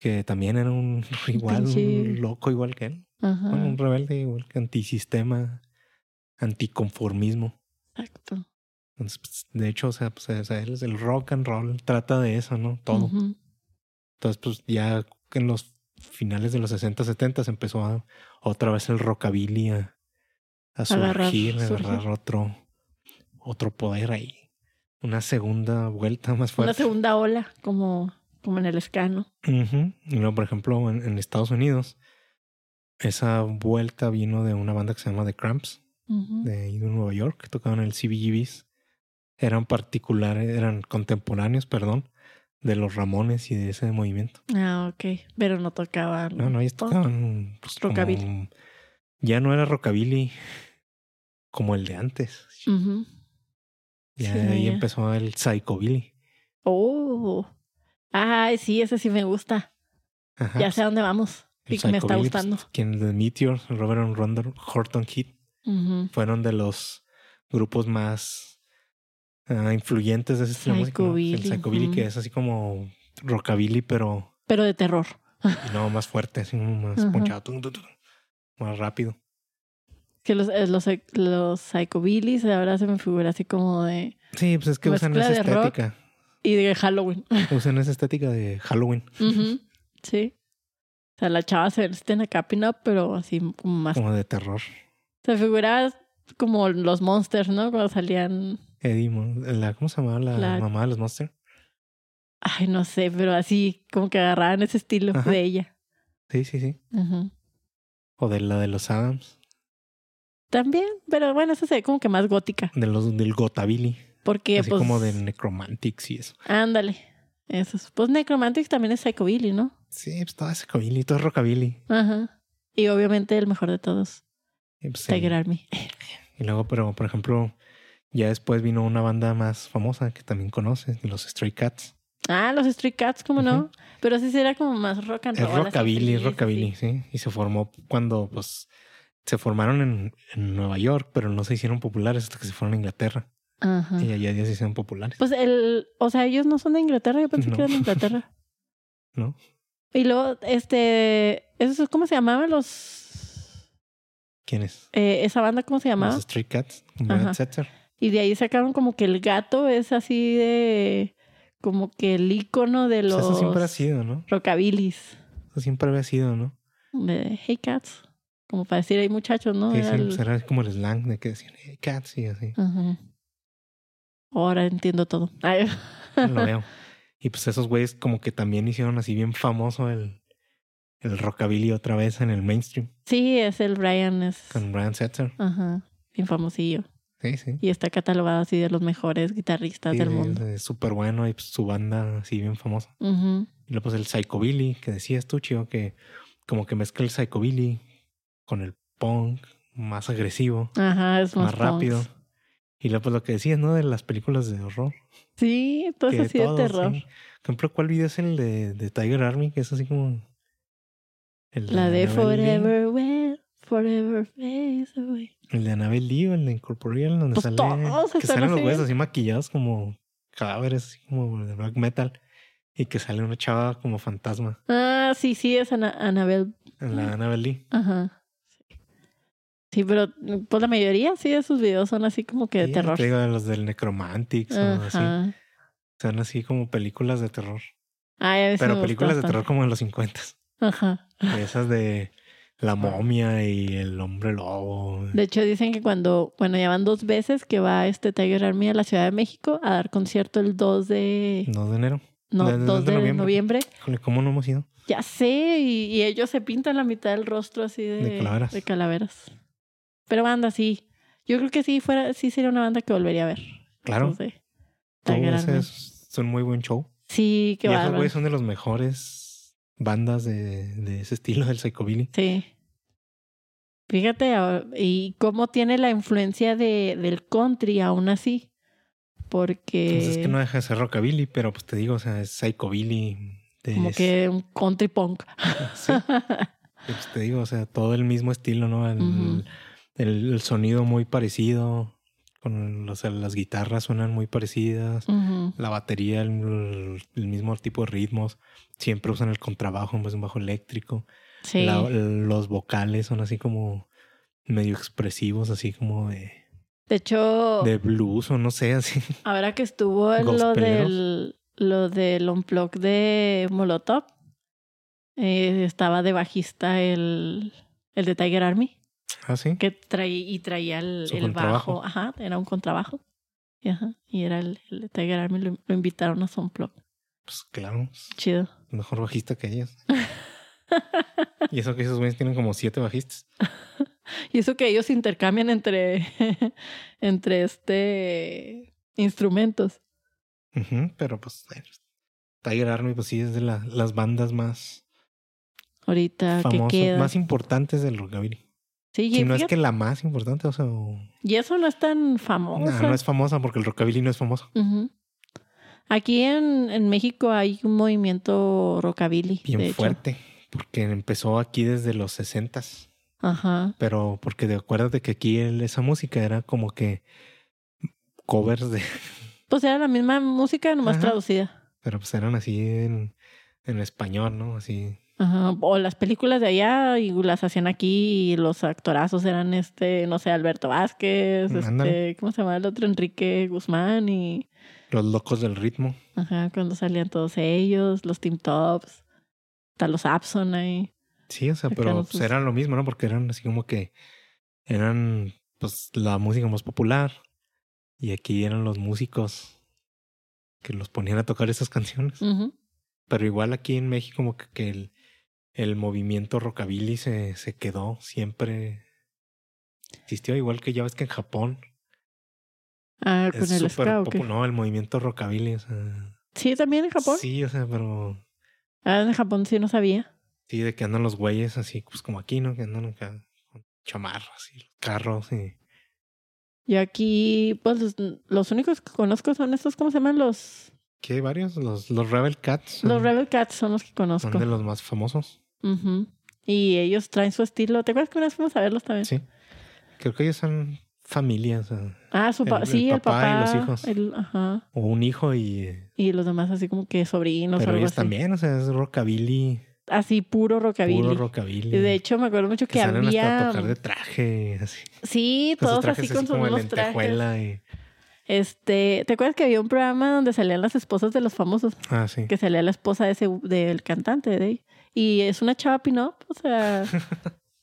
B: que también era un igual,
A: pinche-
B: un loco igual que él.
A: Ajá,
B: Bueno, un rebelde igual que antisistema, anticonformismo.
A: exacto.
B: Entonces, pues, de hecho, o sea, pues, o sea, el, el rock and roll trata de eso, ¿no? Todo.
A: Ujú.
B: Entonces, pues ya en los finales de los 60, 70 se empezó a- otra vez el rockabilly a, a
A: Agarrar,
B: surgir, a
A: surgir.
B: agarrar otro, otro poder ahí. Una segunda vuelta más
A: Una
B: fuerte.
A: segunda ola, como, como en el escano.
B: Ujú. Y luego, por ejemplo, en, en Estados Unidos, esa vuelta vino de una banda que se llama The Cramps.
A: Ujú.
B: de, ahí de Nueva York, que tocaban en el CBGBs. Eran particulares, eran contemporáneos, perdón, de los Ramones y de ese movimiento. Ah,
A: Ah, ok. Pero no tocaban.
B: No, no, ellos
A: pop.
B: tocaban pues, como-
A: Rockabilly.
B: ya no era rockabilly como el de antes.
A: Ujú.
B: Ya
A: Sí, no,
B: ahí
A: ya.
B: empezó el psychobilly.
A: Oh. Ay, sí, ese sí me gusta.
B: Ajá,
A: ya
B: pues,
A: sé a dónde vamos.
B: el
A: Y que me está
B: psychobilly, pues,
A: gustando.
B: quien de Meteors, Robert and Ronder, Horton Heat,
A: Ujú.
B: fueron de los grupos más ah, influyentes de ese estilo de música, ¿no? El
A: Psychobilly,
B: psychobilly
A: ujú.
B: que es así como rockabilly, pero
A: Pero de terror.
B: y no más fuerte, así más
A: Ajá.
B: ponchado, tum, tum, tum, más rápido.
A: Que los, eh, los, los psychobillys ahora se me figura así como de.
B: Sí, pues es que usan
A: Mezcla
B: esa
A: de rock.
B: estética,
A: Y de Halloween.
B: usan esa estética de Halloween.
A: Ujú, Sí. O sea, la chava se viste en a capping up, pero así como más.
B: Como de terror.
A: Se figura Como los monsters, ¿no? Cuando salían.
B: Eddie, Mon- la, ¿cómo se llamaba la,
A: La-
B: mamá de los Monsters?
A: Ay, no sé, pero así, como que agarraban ese estilo
B: Ajá.
A: de ella.
B: Sí, sí, sí.
A: Ujú.
B: O de la de los Adams,
A: También, pero bueno, esa se ve como que más gótica.
B: de los del Gotabilly,
A: Porque,
B: así
A: pues.
B: como de Necromantics y eso.
A: Ándale. Eso. es- Pues Necromantic también es psychobilly, ¿no?
B: Sí, pues todo ese cobilly, todo es rockabilly.
A: Ajá. Y obviamente el mejor de todos,
B: Y, pues,
A: Tiger Army.
B: y luego, pero por ejemplo, ya después vino una banda más famosa que también conoces, los Stray Cats.
A: Ah, los Street Cats, ¿cómo no?
B: Ujú.
A: Pero sí será como más rock and
B: Es
A: roll. así,
B: rockabilly,
A: sí,
B: es
A: sí,
B: rockabilly, sí. Y se formó cuando, pues, se formaron en, en Nueva York, pero no se hicieron populares hasta que se fueron a Inglaterra.
A: sí. Ajá.
B: Y allá ya se hicieron populares.
A: Mm. Pues el, o sea, ellos no son de Inglaterra, yo pensé
B: No.
A: que eran de Inglaterra.
B: No.
A: Y luego, este, ¿esos ¿cómo se llamaban los,
B: ¿Quiénes?
A: eh, esa banda cómo se llamaba?
B: Los Stray Cats, con
A: Ajá.
B: Brad Setzer.
A: Y de ahí sacaron como que el gato es así de, como que el icono de
B: Pues
A: los
B: eso siempre ha sido, ¿no?
A: rockabilis.
B: Eso siempre había sido, ¿no?
A: De, hey cats, como para decir, hay muchachos, ¿no?
B: Sí,
A: Era
B: sí,
A: el-
B: pues era como el slang de que decían, hey, cats, y así.
A: Ajá. Ahora entiendo todo. Ay,
B: Lo veo. Y pues esos güeyes como que también hicieron así bien famoso el, el rockabilly otra vez en el mainstream
A: sí, es el Brian, es
B: con Brian Setzer.
A: ajá, bien famosillo.
B: Sí, sí.
A: Y está catalogado así de los mejores guitarristas
B: Sí,
A: del
B: es-
A: mundo.
B: es Súper bueno y pues, su banda así bien famosa.
A: Ujú.
B: Y luego pues el psychobilly que decías tú, chido, que como que mezcla el psychobilly con el punk más agresivo,
A: Ajá, es más,
B: más rápido.
A: punks.
B: Y luego pues lo que decías, ¿no? De las películas de horror.
A: Sí, todo es
B: que
A: así
B: todo,
A: de terror.
B: sí. Por ejemplo, ¿cuál video es el de, de Tiger Army? Que es así como... el
A: La de
B: Annabelle Lee.
A: Forever Where, Forever Face Away.
B: El de Annabelle Lee o el de Incorporeal, donde
A: Pues
B: sale
A: todos
B: que
A: están
B: salen los
A: así
B: güeyes
A: bien.
B: así maquillados como cadáveres, así como de black metal, y que sale una chava como fantasma,
A: Ah, sí, sí, es Ana- Annabelle.
B: en la
A: Mm.
B: Annabelle Lee.
A: Ajá. Sí. Sí, pero pues la mayoría sí de sus videos son así como que de
B: Sí,
A: terror.
B: Te digo, los del Necromantics o así.
A: Ajá.
B: Son así como películas de terror.
A: Ay, a veces
B: Pero
A: me
B: películas de
A: gustaba
B: terror como de los 50.
A: tanto. Ajá.
B: de Esas de la momia y el hombre lobo.
A: De hecho, dicen que cuando, bueno, ya van dos veces que va este Tiger Army a la Ciudad de México a dar concierto el 2 de,
B: 2 de enero.
A: no,
B: de- de-
A: 2
B: de
A: de noviembre.
B: noviembre. Híjole, ¿Cómo no hemos ido?
A: Ya sé, y, y ellos se pintan la mitad del rostro así de,
B: De calaveras.
A: de calaveras. Pero banda, sí. Yo creo que sí fuera, sí sería una banda que volvería a ver.
B: Claro.
A: Esos de
B: Tú,
A: Tiger
B: ese
A: Army.
B: es- son muy buen show.
A: Sí, qué
B: y esos
A: bárbaro.
B: güeyes son de los mejores bandas de, de ese estilo del psychobilly.
A: Sí. Fíjate, ah, y cómo tiene la influencia de, del country aún así. Porque...
B: Entonces Pues, es que no deja de ser rockabilly, pero pues te digo, o sea, es psychobilly. de-
A: Como
B: es-
A: que un country punk.
B: sí, y, pues, te digo, o sea, todo el mismo estilo, ¿no? El,
A: Ujú.
B: el- el sonido muy parecido, con o sea, las guitarras suenan muy parecidas,
A: Ujú.
B: la batería, el, el mismo tipo de ritmos, siempre usan el contrabajo en vez de un bajo eléctrico.
A: Sí.
B: La- los vocales son así como medio expresivos, así como de,
A: de hecho,
B: de blues o no sé, así.
A: ahora que estuvo en lo
B: Gospeleros.
A: del lo del unplug de Molotov, eh, estaba de bajista el, el de Tiger Army,
B: Así.
A: que traía y traía el,
B: Su
A: el
B: contrabajo.
A: bajo, ajá, era un contrabajo. Y, ajá, y era el, el de Tiger Army, lo, lo invitaron a su unplug.
B: Pues claro,
A: Chido.
B: mejor bajista que ellos. y eso que esos güeyes tienen como siete bajistas.
A: Y eso que ellos intercambian entre, entre este instrumentos.
B: Ujú, pero pues eh, Tiger Army, pues sí, es de la- las bandas más
A: Ahorita Ah, que
B: famosas,
A: queda.
B: más importantes del rockabilly.
A: Sí,
B: Si
A: y
B: no es
A: fíjate-
B: que la más importante, o sea, o-
A: Y eso no es tan famoso.
B: Nah, no es famosa porque el rockabilly no es famoso.
A: Ujú. Aquí en, en México hay un movimiento rockabilly.
B: Bien
A: de hecho.
B: fuerte, porque empezó aquí desde los sesentas.
A: Ajá.
B: Pero porque de acuérdate que aquí el- esa música era como que covers de.
A: Pues era la misma música, nomás
B: Ajá.
A: traducida.
B: Pero pues eran así en, en español, ¿no? Así.
A: Ajá. O las películas de allá y las hacían aquí y los actorazos eran este, no sé, Alberto Vázquez,
B: Mm, ándale.
A: este, ¿cómo se llama el otro? Enrique Guzmán y
B: Los locos del ritmo.
A: ajá, cuando salían todos ellos, los Team Tops, hasta los Abson ahí.
B: Sí, o sea,
A: Acá pues
B: pero
A: los
B: pues era lo mismo, ¿no? Porque eran así como que eran pues la música más popular. Y aquí eran los músicos que los ponían a tocar esas canciones.
A: Ujú.
B: Pero igual aquí en México como que, que el, el movimiento rockabilly se, se quedó, siempre existió. Igual que ya ves que en Japón
A: Ah, con
B: es
A: el
B: súper
A: ska, ¿o qué?
B: popu- No, el movimiento rockabilly. o sea,
A: Sí, también en Japón.
B: Sí, o sea, pero
A: Ah, en Japón sí no sabía.
B: sí, de que andan los güeyes así, pues como aquí, ¿no? Que andan acá con chamarras y los carros y...
A: Yo aquí, pues los, los únicos que conozco son estos, ¿cómo se llaman? Los,
B: ¿Qué? hay ¿Varios? Los, los Rebel Cats.
A: los
B: son-
A: Rebel Cats son los que
B: Son
A: conozco.
B: de los más famosos.
A: Ujú. Y ellos traen su estilo. ¿Te acuerdas que una vez fuimos a verlos también?
B: Sí. Creo que ellos son familias. O
A: Ah, su pa-
B: El- el
A: sí, el papá,
B: papá y los hijos.
A: el- ajá.
B: o un hijo y... eh,
A: Y los demás así como que sobrinos o
B: pero
A: algo
B: ellos
A: así.
B: también, o sea, es rockabilly.
A: Así puro rockabilly.
B: Puro rockabilly.
A: Y de hecho me acuerdo mucho que,
B: que salen hasta
A: había
B: a tocar de traje. Así.
A: sí,
B: Con sus
A: todos
B: trajes
A: así con sus
B: como de
A: mismos trajes.
B: lentejuela
A: Este, ¿te acuerdas que había un programa donde salían las esposas de los famosos?
B: y- Ah, sí.
A: que salía la esposa de ese, del cantante de Y es una chava pin-up, o sea,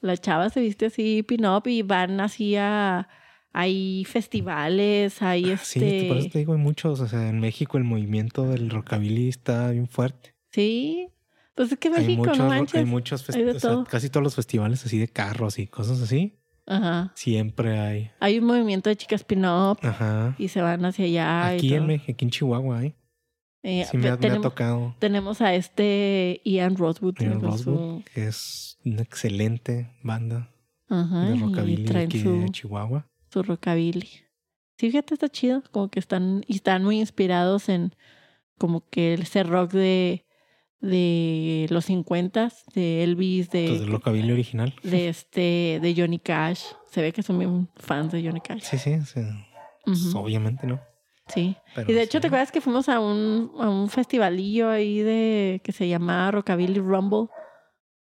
A: la chava se viste así pin-up y van así a... Hay festivales, hay
B: Ah, Sí, te- por eso
A: este...
B: te digo, hay muchos. O sea, en México el movimiento del rockabilly está bien fuerte.
A: Sí, pues es que
B: hay
A: México,
B: muchos,
A: no
B: ro- hay
A: manches.
B: muchos fest-
A: hay de
B: o sea,
A: todo.
B: casi todos los festivales así de carros y cosas así.
A: Ajá.
B: Siempre hay.
A: Hay un movimiento de chicas pin-up
B: Ajá.
A: y se van hacia allá. y
B: Aquí en,
A: todo.
B: Mex- aquí en Chihuahua hay.
A: Eh,
B: Sí, me ha, me ha
A: tenemos,
B: tocado.
A: tenemos a este Ian Rosewood.
B: Ian
A: con
B: Rosewood,
A: su-
B: que es una excelente banda
A: Ajá,
B: de
A: y
B: rockabilly
A: traen
B: aquí
A: su-
B: de Chihuahua.
A: su rockabilly. Sí, fíjate, está chido. Como que están, y están muy inspirados en como que ese rock de, de los 50 de Elvis,
B: Entonces, el
A: de,
B: Pues, rockabilly original.
A: de este, de Johnny Cash. Se ve que son bien fans de Johnny Cash.
B: Sí, sí, o sea, pues,
A: Ujú,
B: obviamente no.
A: sí.
B: Pero
A: Y de
B: sí.
A: hecho, ¿te acuerdas que fuimos a un, a un festivalillo ahí de que se llamaba Rockabilly Rumble?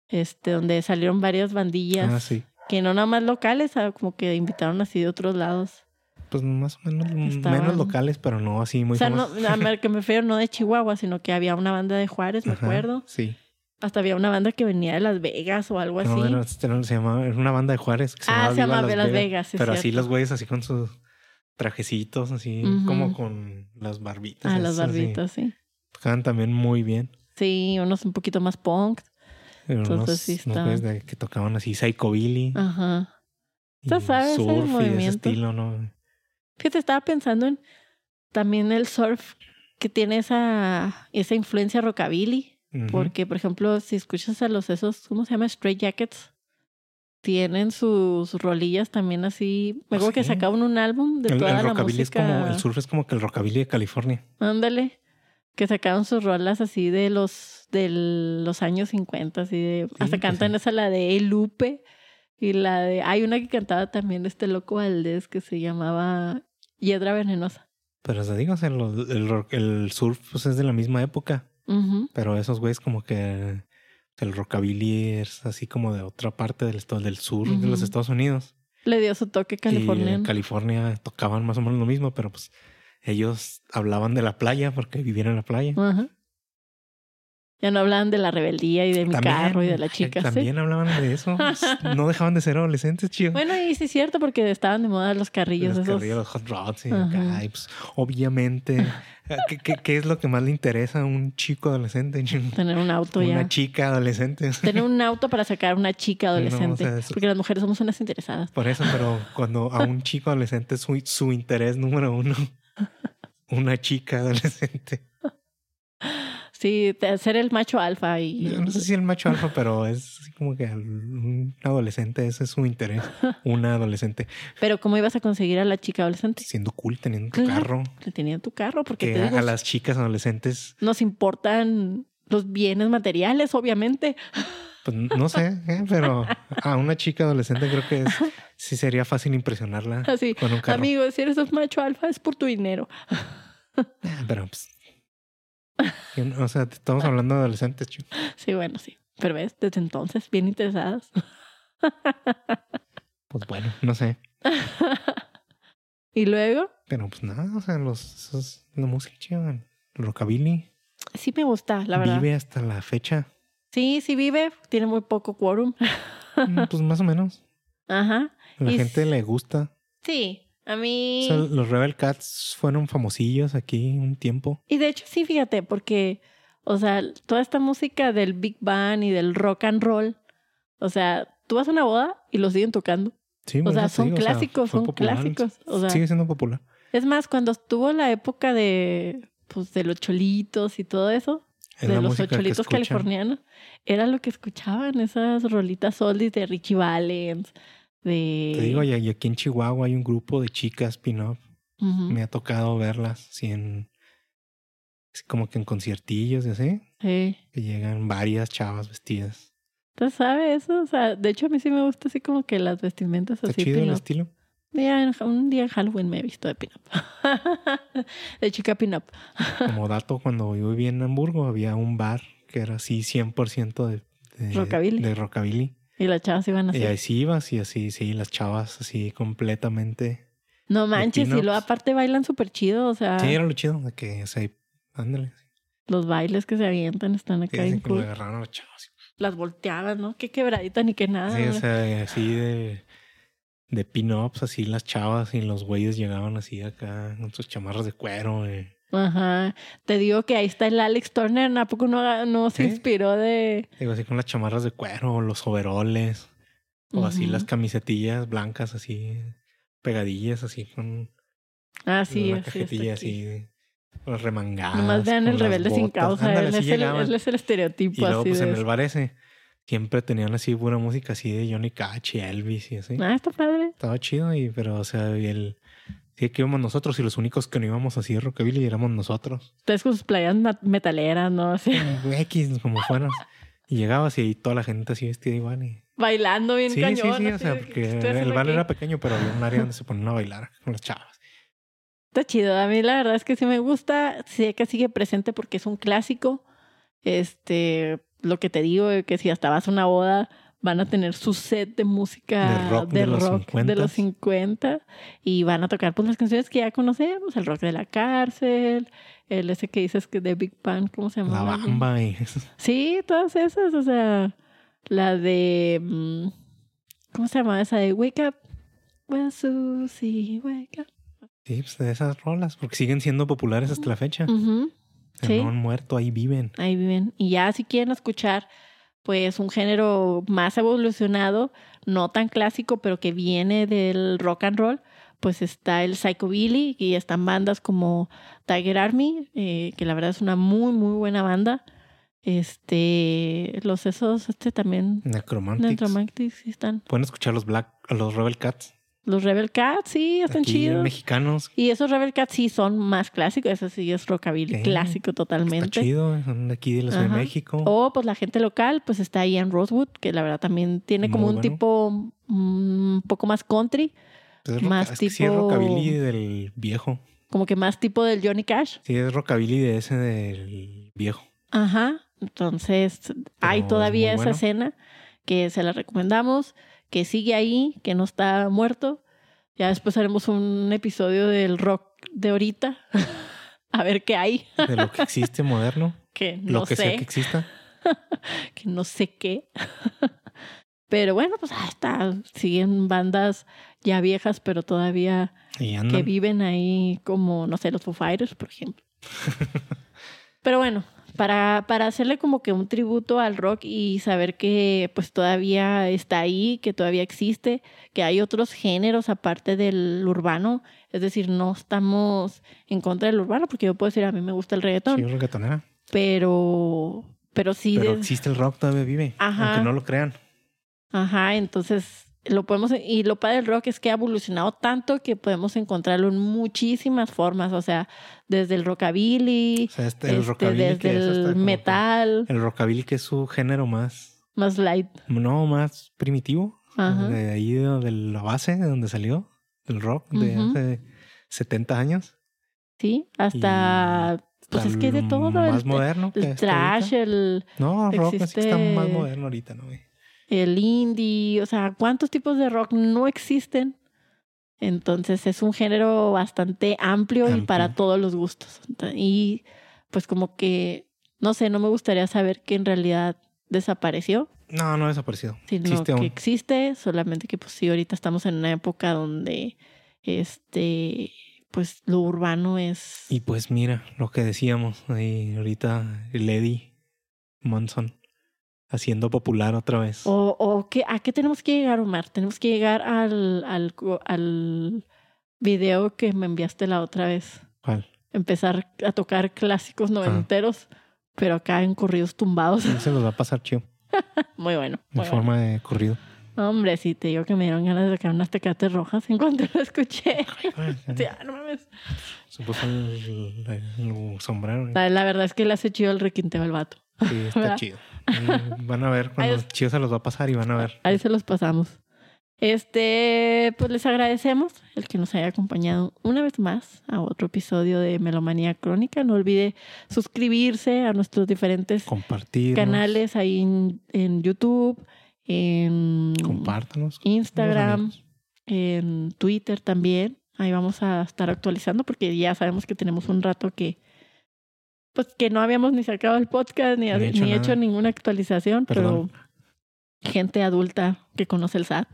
A: Este, donde salieron varias bandillas
B: Ah, sí.
A: que no nada más locales, ah, como que invitaron así de otros lados.
B: Pues más o menos,
A: Estaban-
B: menos locales, pero no así muy
A: o sea, no,
B: famosos.
A: a ver, que me refiero no de Chihuahua, sino que había una banda de Juárez, me
B: Ajá,
A: acuerdo.
B: Sí.
A: Hasta había una banda que venía de Las Vegas o algo
B: No,
A: así.
B: era, este era- se llamaba, era una banda de Juárez que se
A: Pues ah,
B: llamaba
A: se
B: Viva
A: llama
B: Las
A: Las Vegas,
B: Vegas.
A: sí, es
B: pero así
A: cierto.
B: los güeyes, así con sus trajecitos, así
A: Ujú.
B: como con las barbitas.
A: Ah, las
B: esas, así.
A: barbitas, sí.
B: Tocaban también muy bien.
A: Sí, unos un poquito más punk.
B: Eran
A: Entonces,
B: unos,
A: sí
B: unos güeyes de- que tocaban así psychobilly.
A: Ajá.
B: y
A: Ya sabes, el
B: surf y de ese
A: movimiento.
B: estilo, ¿no?
A: Fíjate, estaba pensando en también el surf que tiene esa, esa influencia rockabilly.
B: Ujú.
A: Porque, por ejemplo, si escuchas a los esos, ¿cómo se llama? Straight Jackets. Tienen sus rolillas también así. Me acuerdo que
B: Sí.
A: sacaban un álbum de
B: el,
A: toda
B: el
A: la
B: rockabilly
A: música.
B: es como, el surf es como que el rockabilly de California.
A: Ándale. Que sacaron sus rolas así de los de los años 50, así de.
B: Sí,
A: hasta
B: pues
A: cantan
B: sí.
A: esa, la de El Lupe. Y la de. Hay una que cantaba también este loco Valdés que se llamaba Hiedra Venenosa.
B: Pero te digo, o sea, lo- el, rock- el surf pues, es de la misma época.
A: Ujú.
B: Pero esos güeyes como que el rockabilly es así como de otra parte del estado del sur de los
A: Ujú.
B: Estados Unidos.
A: Le dio su toque
B: Y en
A: californiano.
B: California tocaban más o menos lo mismo, pero pues ellos hablaban de la playa porque vivían en la playa.
A: Ajá. Ya no hablaban de la rebeldía y de mi
B: También-
A: carro y de
B: ay,
A: la chica. ¿sí?
B: También hablaban de eso. pues, no dejaban de ser adolescentes, chido.
A: Bueno, y sí es cierto, porque estaban de moda los carrillos
B: Los
A: esos.
B: carrillos, los hot rods y
A: Ajá.
B: acá, y, pues, obviamente, ¿qué, qué, qué es lo que más le interesa a un chico adolescente?
A: Tener un auto
B: Una
A: ya.
B: chica adolescente.
A: Tener un auto para sacar a una chica
B: No, o
A: adolescente.
B: sea, eso-
A: Porque las mujeres somos unas interesadas.
B: Por eso, pero cuando a un chico adolescente su, su interés número uno, una chica adolescente.
A: Sí, te- ser el macho alfa y.
B: Yo no sé si el macho alfa, pero es así como que al- un adolescente, ese es su interés. Una adolescente
A: Pero ¿cómo ibas a conseguir a la chica adolescente?
B: siendo cool, teniendo tu
A: Claro,
B: carro,
A: Le tenían tu carro, porque
B: que
A: te
B: a,
A: digo,
B: a las chicas adolescentes,
A: nos importan los bienes materiales, obviamente.
B: pues no sé, ¿eh? pero a una chica adolescente creo que es- sí sería fácil impresionarla
A: Así,
B: con un carro.
A: Amigo, si eres un macho alfa, es por tu dinero.
B: Pero pues, yo no- o sea, te-
A: Ah.
B: estamos hablando de adolescentes, chico.
A: Sí, bueno, sí. Pero ves, desde entonces, bien interesadas.
B: Pues bueno, no sé.
A: Y luego,
B: Pero pues nada, o sea, los, esos- la música chido, el rockabilly
A: sí me gusta, la verdad.
B: vive hasta la fecha,
A: Sí, sí vive, tiene muy poco quórum.
B: Mm, pues más o menos.
A: Ajá.
B: A la
A: Y
B: gente
A: s-
B: le gusta.
A: Sí, a
B: O
A: mí...
B: sea, los Rebel Cats fueron famosillos aquí un tiempo.
A: Y de hecho sí, fíjate, porque, o sea, toda esta música del Big Bang y del rock and roll, o sea, tú vas a una boda y lo siguen tocando.
B: Sí,
A: O
B: por
A: sea,
B: eso te
A: son
B: digo, o sea,
A: clásicos,
B: fue
A: son
B: popular,
A: clásicos. O sea,
B: Sigue siendo popular.
A: es más, cuando estuvo la época de, pues, de los cholitos y todo eso,
B: Es
A: de
B: la
A: los
B: música que
A: cholitos
B: escuchan.
A: californianos, era lo que escuchaban esas rolitas oldies de Richie Valens, de...
B: Te digo, y y aquí en Chihuahua hay un grupo de chicas pin-up.
A: Ujú,
B: Me ha tocado verlas, así en. así como que en conciertillos y así.
A: sí.
B: Que llegan varias chavas vestidas.
A: ¿Tú sabes eso? O sea, de hecho a mí sí me gusta así como que las vestimentas
B: Está
A: así.
B: chido el
A: pin-up.
B: estilo.
A: Día en- un día en Halloween me he visto de pin-up. de chica pin-up.
B: Como dato, cuando yo vivía en Hamburgo había un bar que era así 100% de, de
A: Rockabilly. Ah,
B: De rockabilly.
A: Y las chavas iban así.
B: Y ahí sí ibas y así, sí, las chavas así completamente.
A: no manches, y
B: pin-ups.
A: luego aparte bailan súper chido. O sea,
B: Sí, era lo chido de que, o sea, ándale.
A: los bailes que se avientan están
B: Sí,
A: acá bien
B: así como
A: cool.
B: agarraron a los chavos.
A: Las volteaban, ¿no? Qué quebradita ni qué nada.
B: Sí, o
A: hombre.
B: sea, así de, de pin-ups, así las chavas y los güeyes llegaban así acá con sus chamarras de cuero. eh.
A: Ajá. Te digo que ahí está el Alex Turner. ¿A poco no, no se
B: Sí.
A: inspiró de...?
B: Digo, así con las chamarras de cuero, los overoles, o así
A: Ujú.
B: las camisetillas blancas, así pegadillas, así con
A: Ah, sí, así
B: una
A: está
B: cajetilla
A: aquí.
B: así, con remangadas.
A: Nomás vean
B: con
A: el
B: las
A: rebelde sin
B: botas.
A: causa.
B: Ándale,
A: él,
B: así
A: es el,
B: llegaban.
A: él es el estereotipo
B: Y luego,
A: así
B: pues
A: de
B: en el
A: eso.
B: bar ese, siempre tenían así pura música así de Johnny Cash y Elvis y así.
A: Ah, está padre.
B: Estaba chido, y, pero, o sea, y el. Sí, que íbamos nosotros y los únicos que no íbamos así de rockabilly éramos nosotros.
A: Ustedes con sus playas ma- metaleras, ¿no? Así.
B: X, como fueras. Y llegabas y toda la gente así vestida igual. Y...
A: bailando bien
B: Sí, sí,
A: cañón.
B: sí, o
A: así
B: sea,
A: de que,
B: porque
A: ¿qué estoy
B: el
A: haciendo
B: bar
A: aquí?
B: era pequeño, pero había un área donde se ponían a bailar con las chavas.
A: Está chido. A mí la verdad es que sí me gusta. Sé que sigue presente porque es un clásico. Este, lo que te digo, eh, que si hasta vas a una boda, van a tener su set de música
B: De rock de los
A: rock de los
B: 50s.
A: 50 y van a tocar pues las canciones que ya conocemos, el rock de la cárcel, el ese que dices que de Big Bang, ¿cómo se llama?
B: La bamba y
A: Sí, todas esas, o sea, la de mm, ¿cómo se llama esa de Wake Up? Well, Susie, wake up.
B: Sí, pues de esas rolas, porque siguen siendo populares hasta la fecha.
A: Ujú,
B: O sea,
A: Mm, sí.
B: No han muerto, ahí viven.
A: Ahí viven. Y ya si quieren escuchar, pues un género más evolucionado, no tan clásico, pero que viene del rock and roll, pues está el Psychobilly y están bandas como Tiger Army, eh, que la verdad es una muy, muy buena banda. Este, los esos, este también,
B: Necromantics.
A: Necromantics, sí están.
B: Pueden escuchar los Black, a los Rebel Cats.
A: Los Rebel Cats, sí, están
B: Aquí,
A: chidos.
B: mexicanos.
A: Y esos Rebel Cats sí son más clásicos, eso sí es rockabilly
B: Sí,
A: clásico
B: Eh, Está
A: totalmente.
B: chido, son de aquí de la Ciudad
A: Ajá.
B: de México.
A: O pues la gente local, pues está Ian Rosewood, que la verdad también tiene como
B: Muy
A: un
B: bueno.
A: tipo mm, un poco más country,
B: Pues es
A: más
B: roca- es que sí es
A: tipo-
B: rockabilly del viejo.
A: como que más tipo del Johnny Cash.
B: Sí, es rockabilly de ese del viejo.
A: Ajá. Entonces, hay
B: es
A: todavía
B: muy
A: esa
B: bueno.
A: escena que se la recomendamos, que sigue ahí, que no está muerto. Ya después haremos un episodio del rock de ahorita. A ver qué hay,
B: De lo que existe moderno.
A: que no
B: lo que sea
A: sé.
B: que exista.
A: que no sé qué. Pero bueno, pues ahí está. Siguen bandas ya viejas, pero todavía
B: Y
A: que
B: andan.
A: viven ahí como, no sé, los Foo Fighters, por ejemplo. pero bueno, para, para hacerle como que un tributo al rock y saber que pues todavía está ahí, que todavía existe, que hay otros géneros aparte del urbano. Es decir, no estamos en contra del urbano, porque yo puedo decir, a mí me gusta el reggaetón,
B: Sí, reggaetonera.
A: pero... Pero sí,
B: Pero
A: de-
B: existe el rock, todavía vive.
A: Ajá.
B: Aunque no lo crean.
A: Ajá, entonces lo podemos y lo padre del rock es que ha evolucionado tanto que podemos encontrarlo en muchísimas formas, o sea, desde el rockabilly,
B: O sea, este, el
A: este,
B: rockabilly
A: desde
B: que es hasta
A: el
B: como que-
A: metal,
B: El rockabilly que es su género más,
A: más light.
B: no, más primitivo.
A: Ajá.
B: De ahí de, de la base de donde salió el rock de
A: Ujú.
B: hace 70 años.
A: Sí, hasta pues
B: Hasta
A: es que de
B: lo
A: todo
B: Más
A: el,
B: moderno.
A: el
B: que está
A: trash,
B: ahorita.
A: el,
B: No, rock así que está más
A: existe-
B: moderno ahorita, ¿no? güey?
A: el indie, o sea, cuántos tipos de rock no existen. Entonces es un género bastante amplio, y
B: Amplio.
A: para todos los gustos. Ento- Y pues como que, no sé, no me gustaría saber que en realidad desapareció.
B: No, no ha desaparecido.
A: sino
B: Existe
A: que
B: aún.
A: existe, solamente que pues sí, ahorita estamos en una época donde este, pues lo urbano es...
B: Y pues mira lo que decíamos ahí ahorita, el Eddie Monson haciendo popular otra vez.
A: O, o qué, ¿A qué tenemos que llegar, Omar? Tenemos que llegar al, al, co- al video que me enviaste la otra vez.
B: ¿Cuál?
A: Empezar a tocar clásicos noventeros, pero acá en corridos tumbados.
B: Él se los va a pasar chido
A: Muy bueno.
B: en
A: muy bueno.
B: forma de corrido.
A: Hombre, sí, te digo que me dieron ganas de sacar unas tecates rojas en cuanto lo escuché. Ya, no mames.
B: Se puso el, el- el sombrero.
A: La, la verdad es que le hace chido el requinteo al vato.
B: Sí, está
A: ¿Verdad?
B: chido. Mm, Van a ver cuando
A: Ahí es-
B: chido se los va a pasar y van a ver.
A: Ahí se los pasamos. Este, pues les agradecemos el que nos haya acompañado una vez más a otro episodio de Melomanía Crónica. No olvide suscribirse a nuestros diferentes
B: Compartir.
A: canales ahí en, en YouTube, en
B: Compártanos.
A: Instagram,
B: amigos.
A: en Twitter también. Ahí vamos a estar actualizando porque ya sabemos que tenemos un rato que pues que no habíamos ni sacado el podcast ni,
B: Ni
A: ni
B: hecho
A: hecho,
B: nada.
A: ninguna actualización,
B: Perdón.
A: pero gente adulta que conoce el SAT,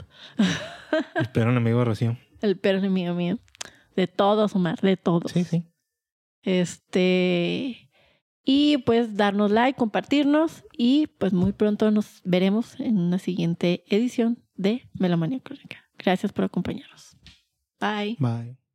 B: Espero un amigo de Rocío.
A: el perro enemigo mío, de todos, Omar, de todos.
B: Sí, sí.
A: Este y pues darnos like, compartirnos y pues muy pronto nos veremos en una siguiente edición de Melomanía Crónica. Gracias por acompañarnos. Bye.
B: Bye.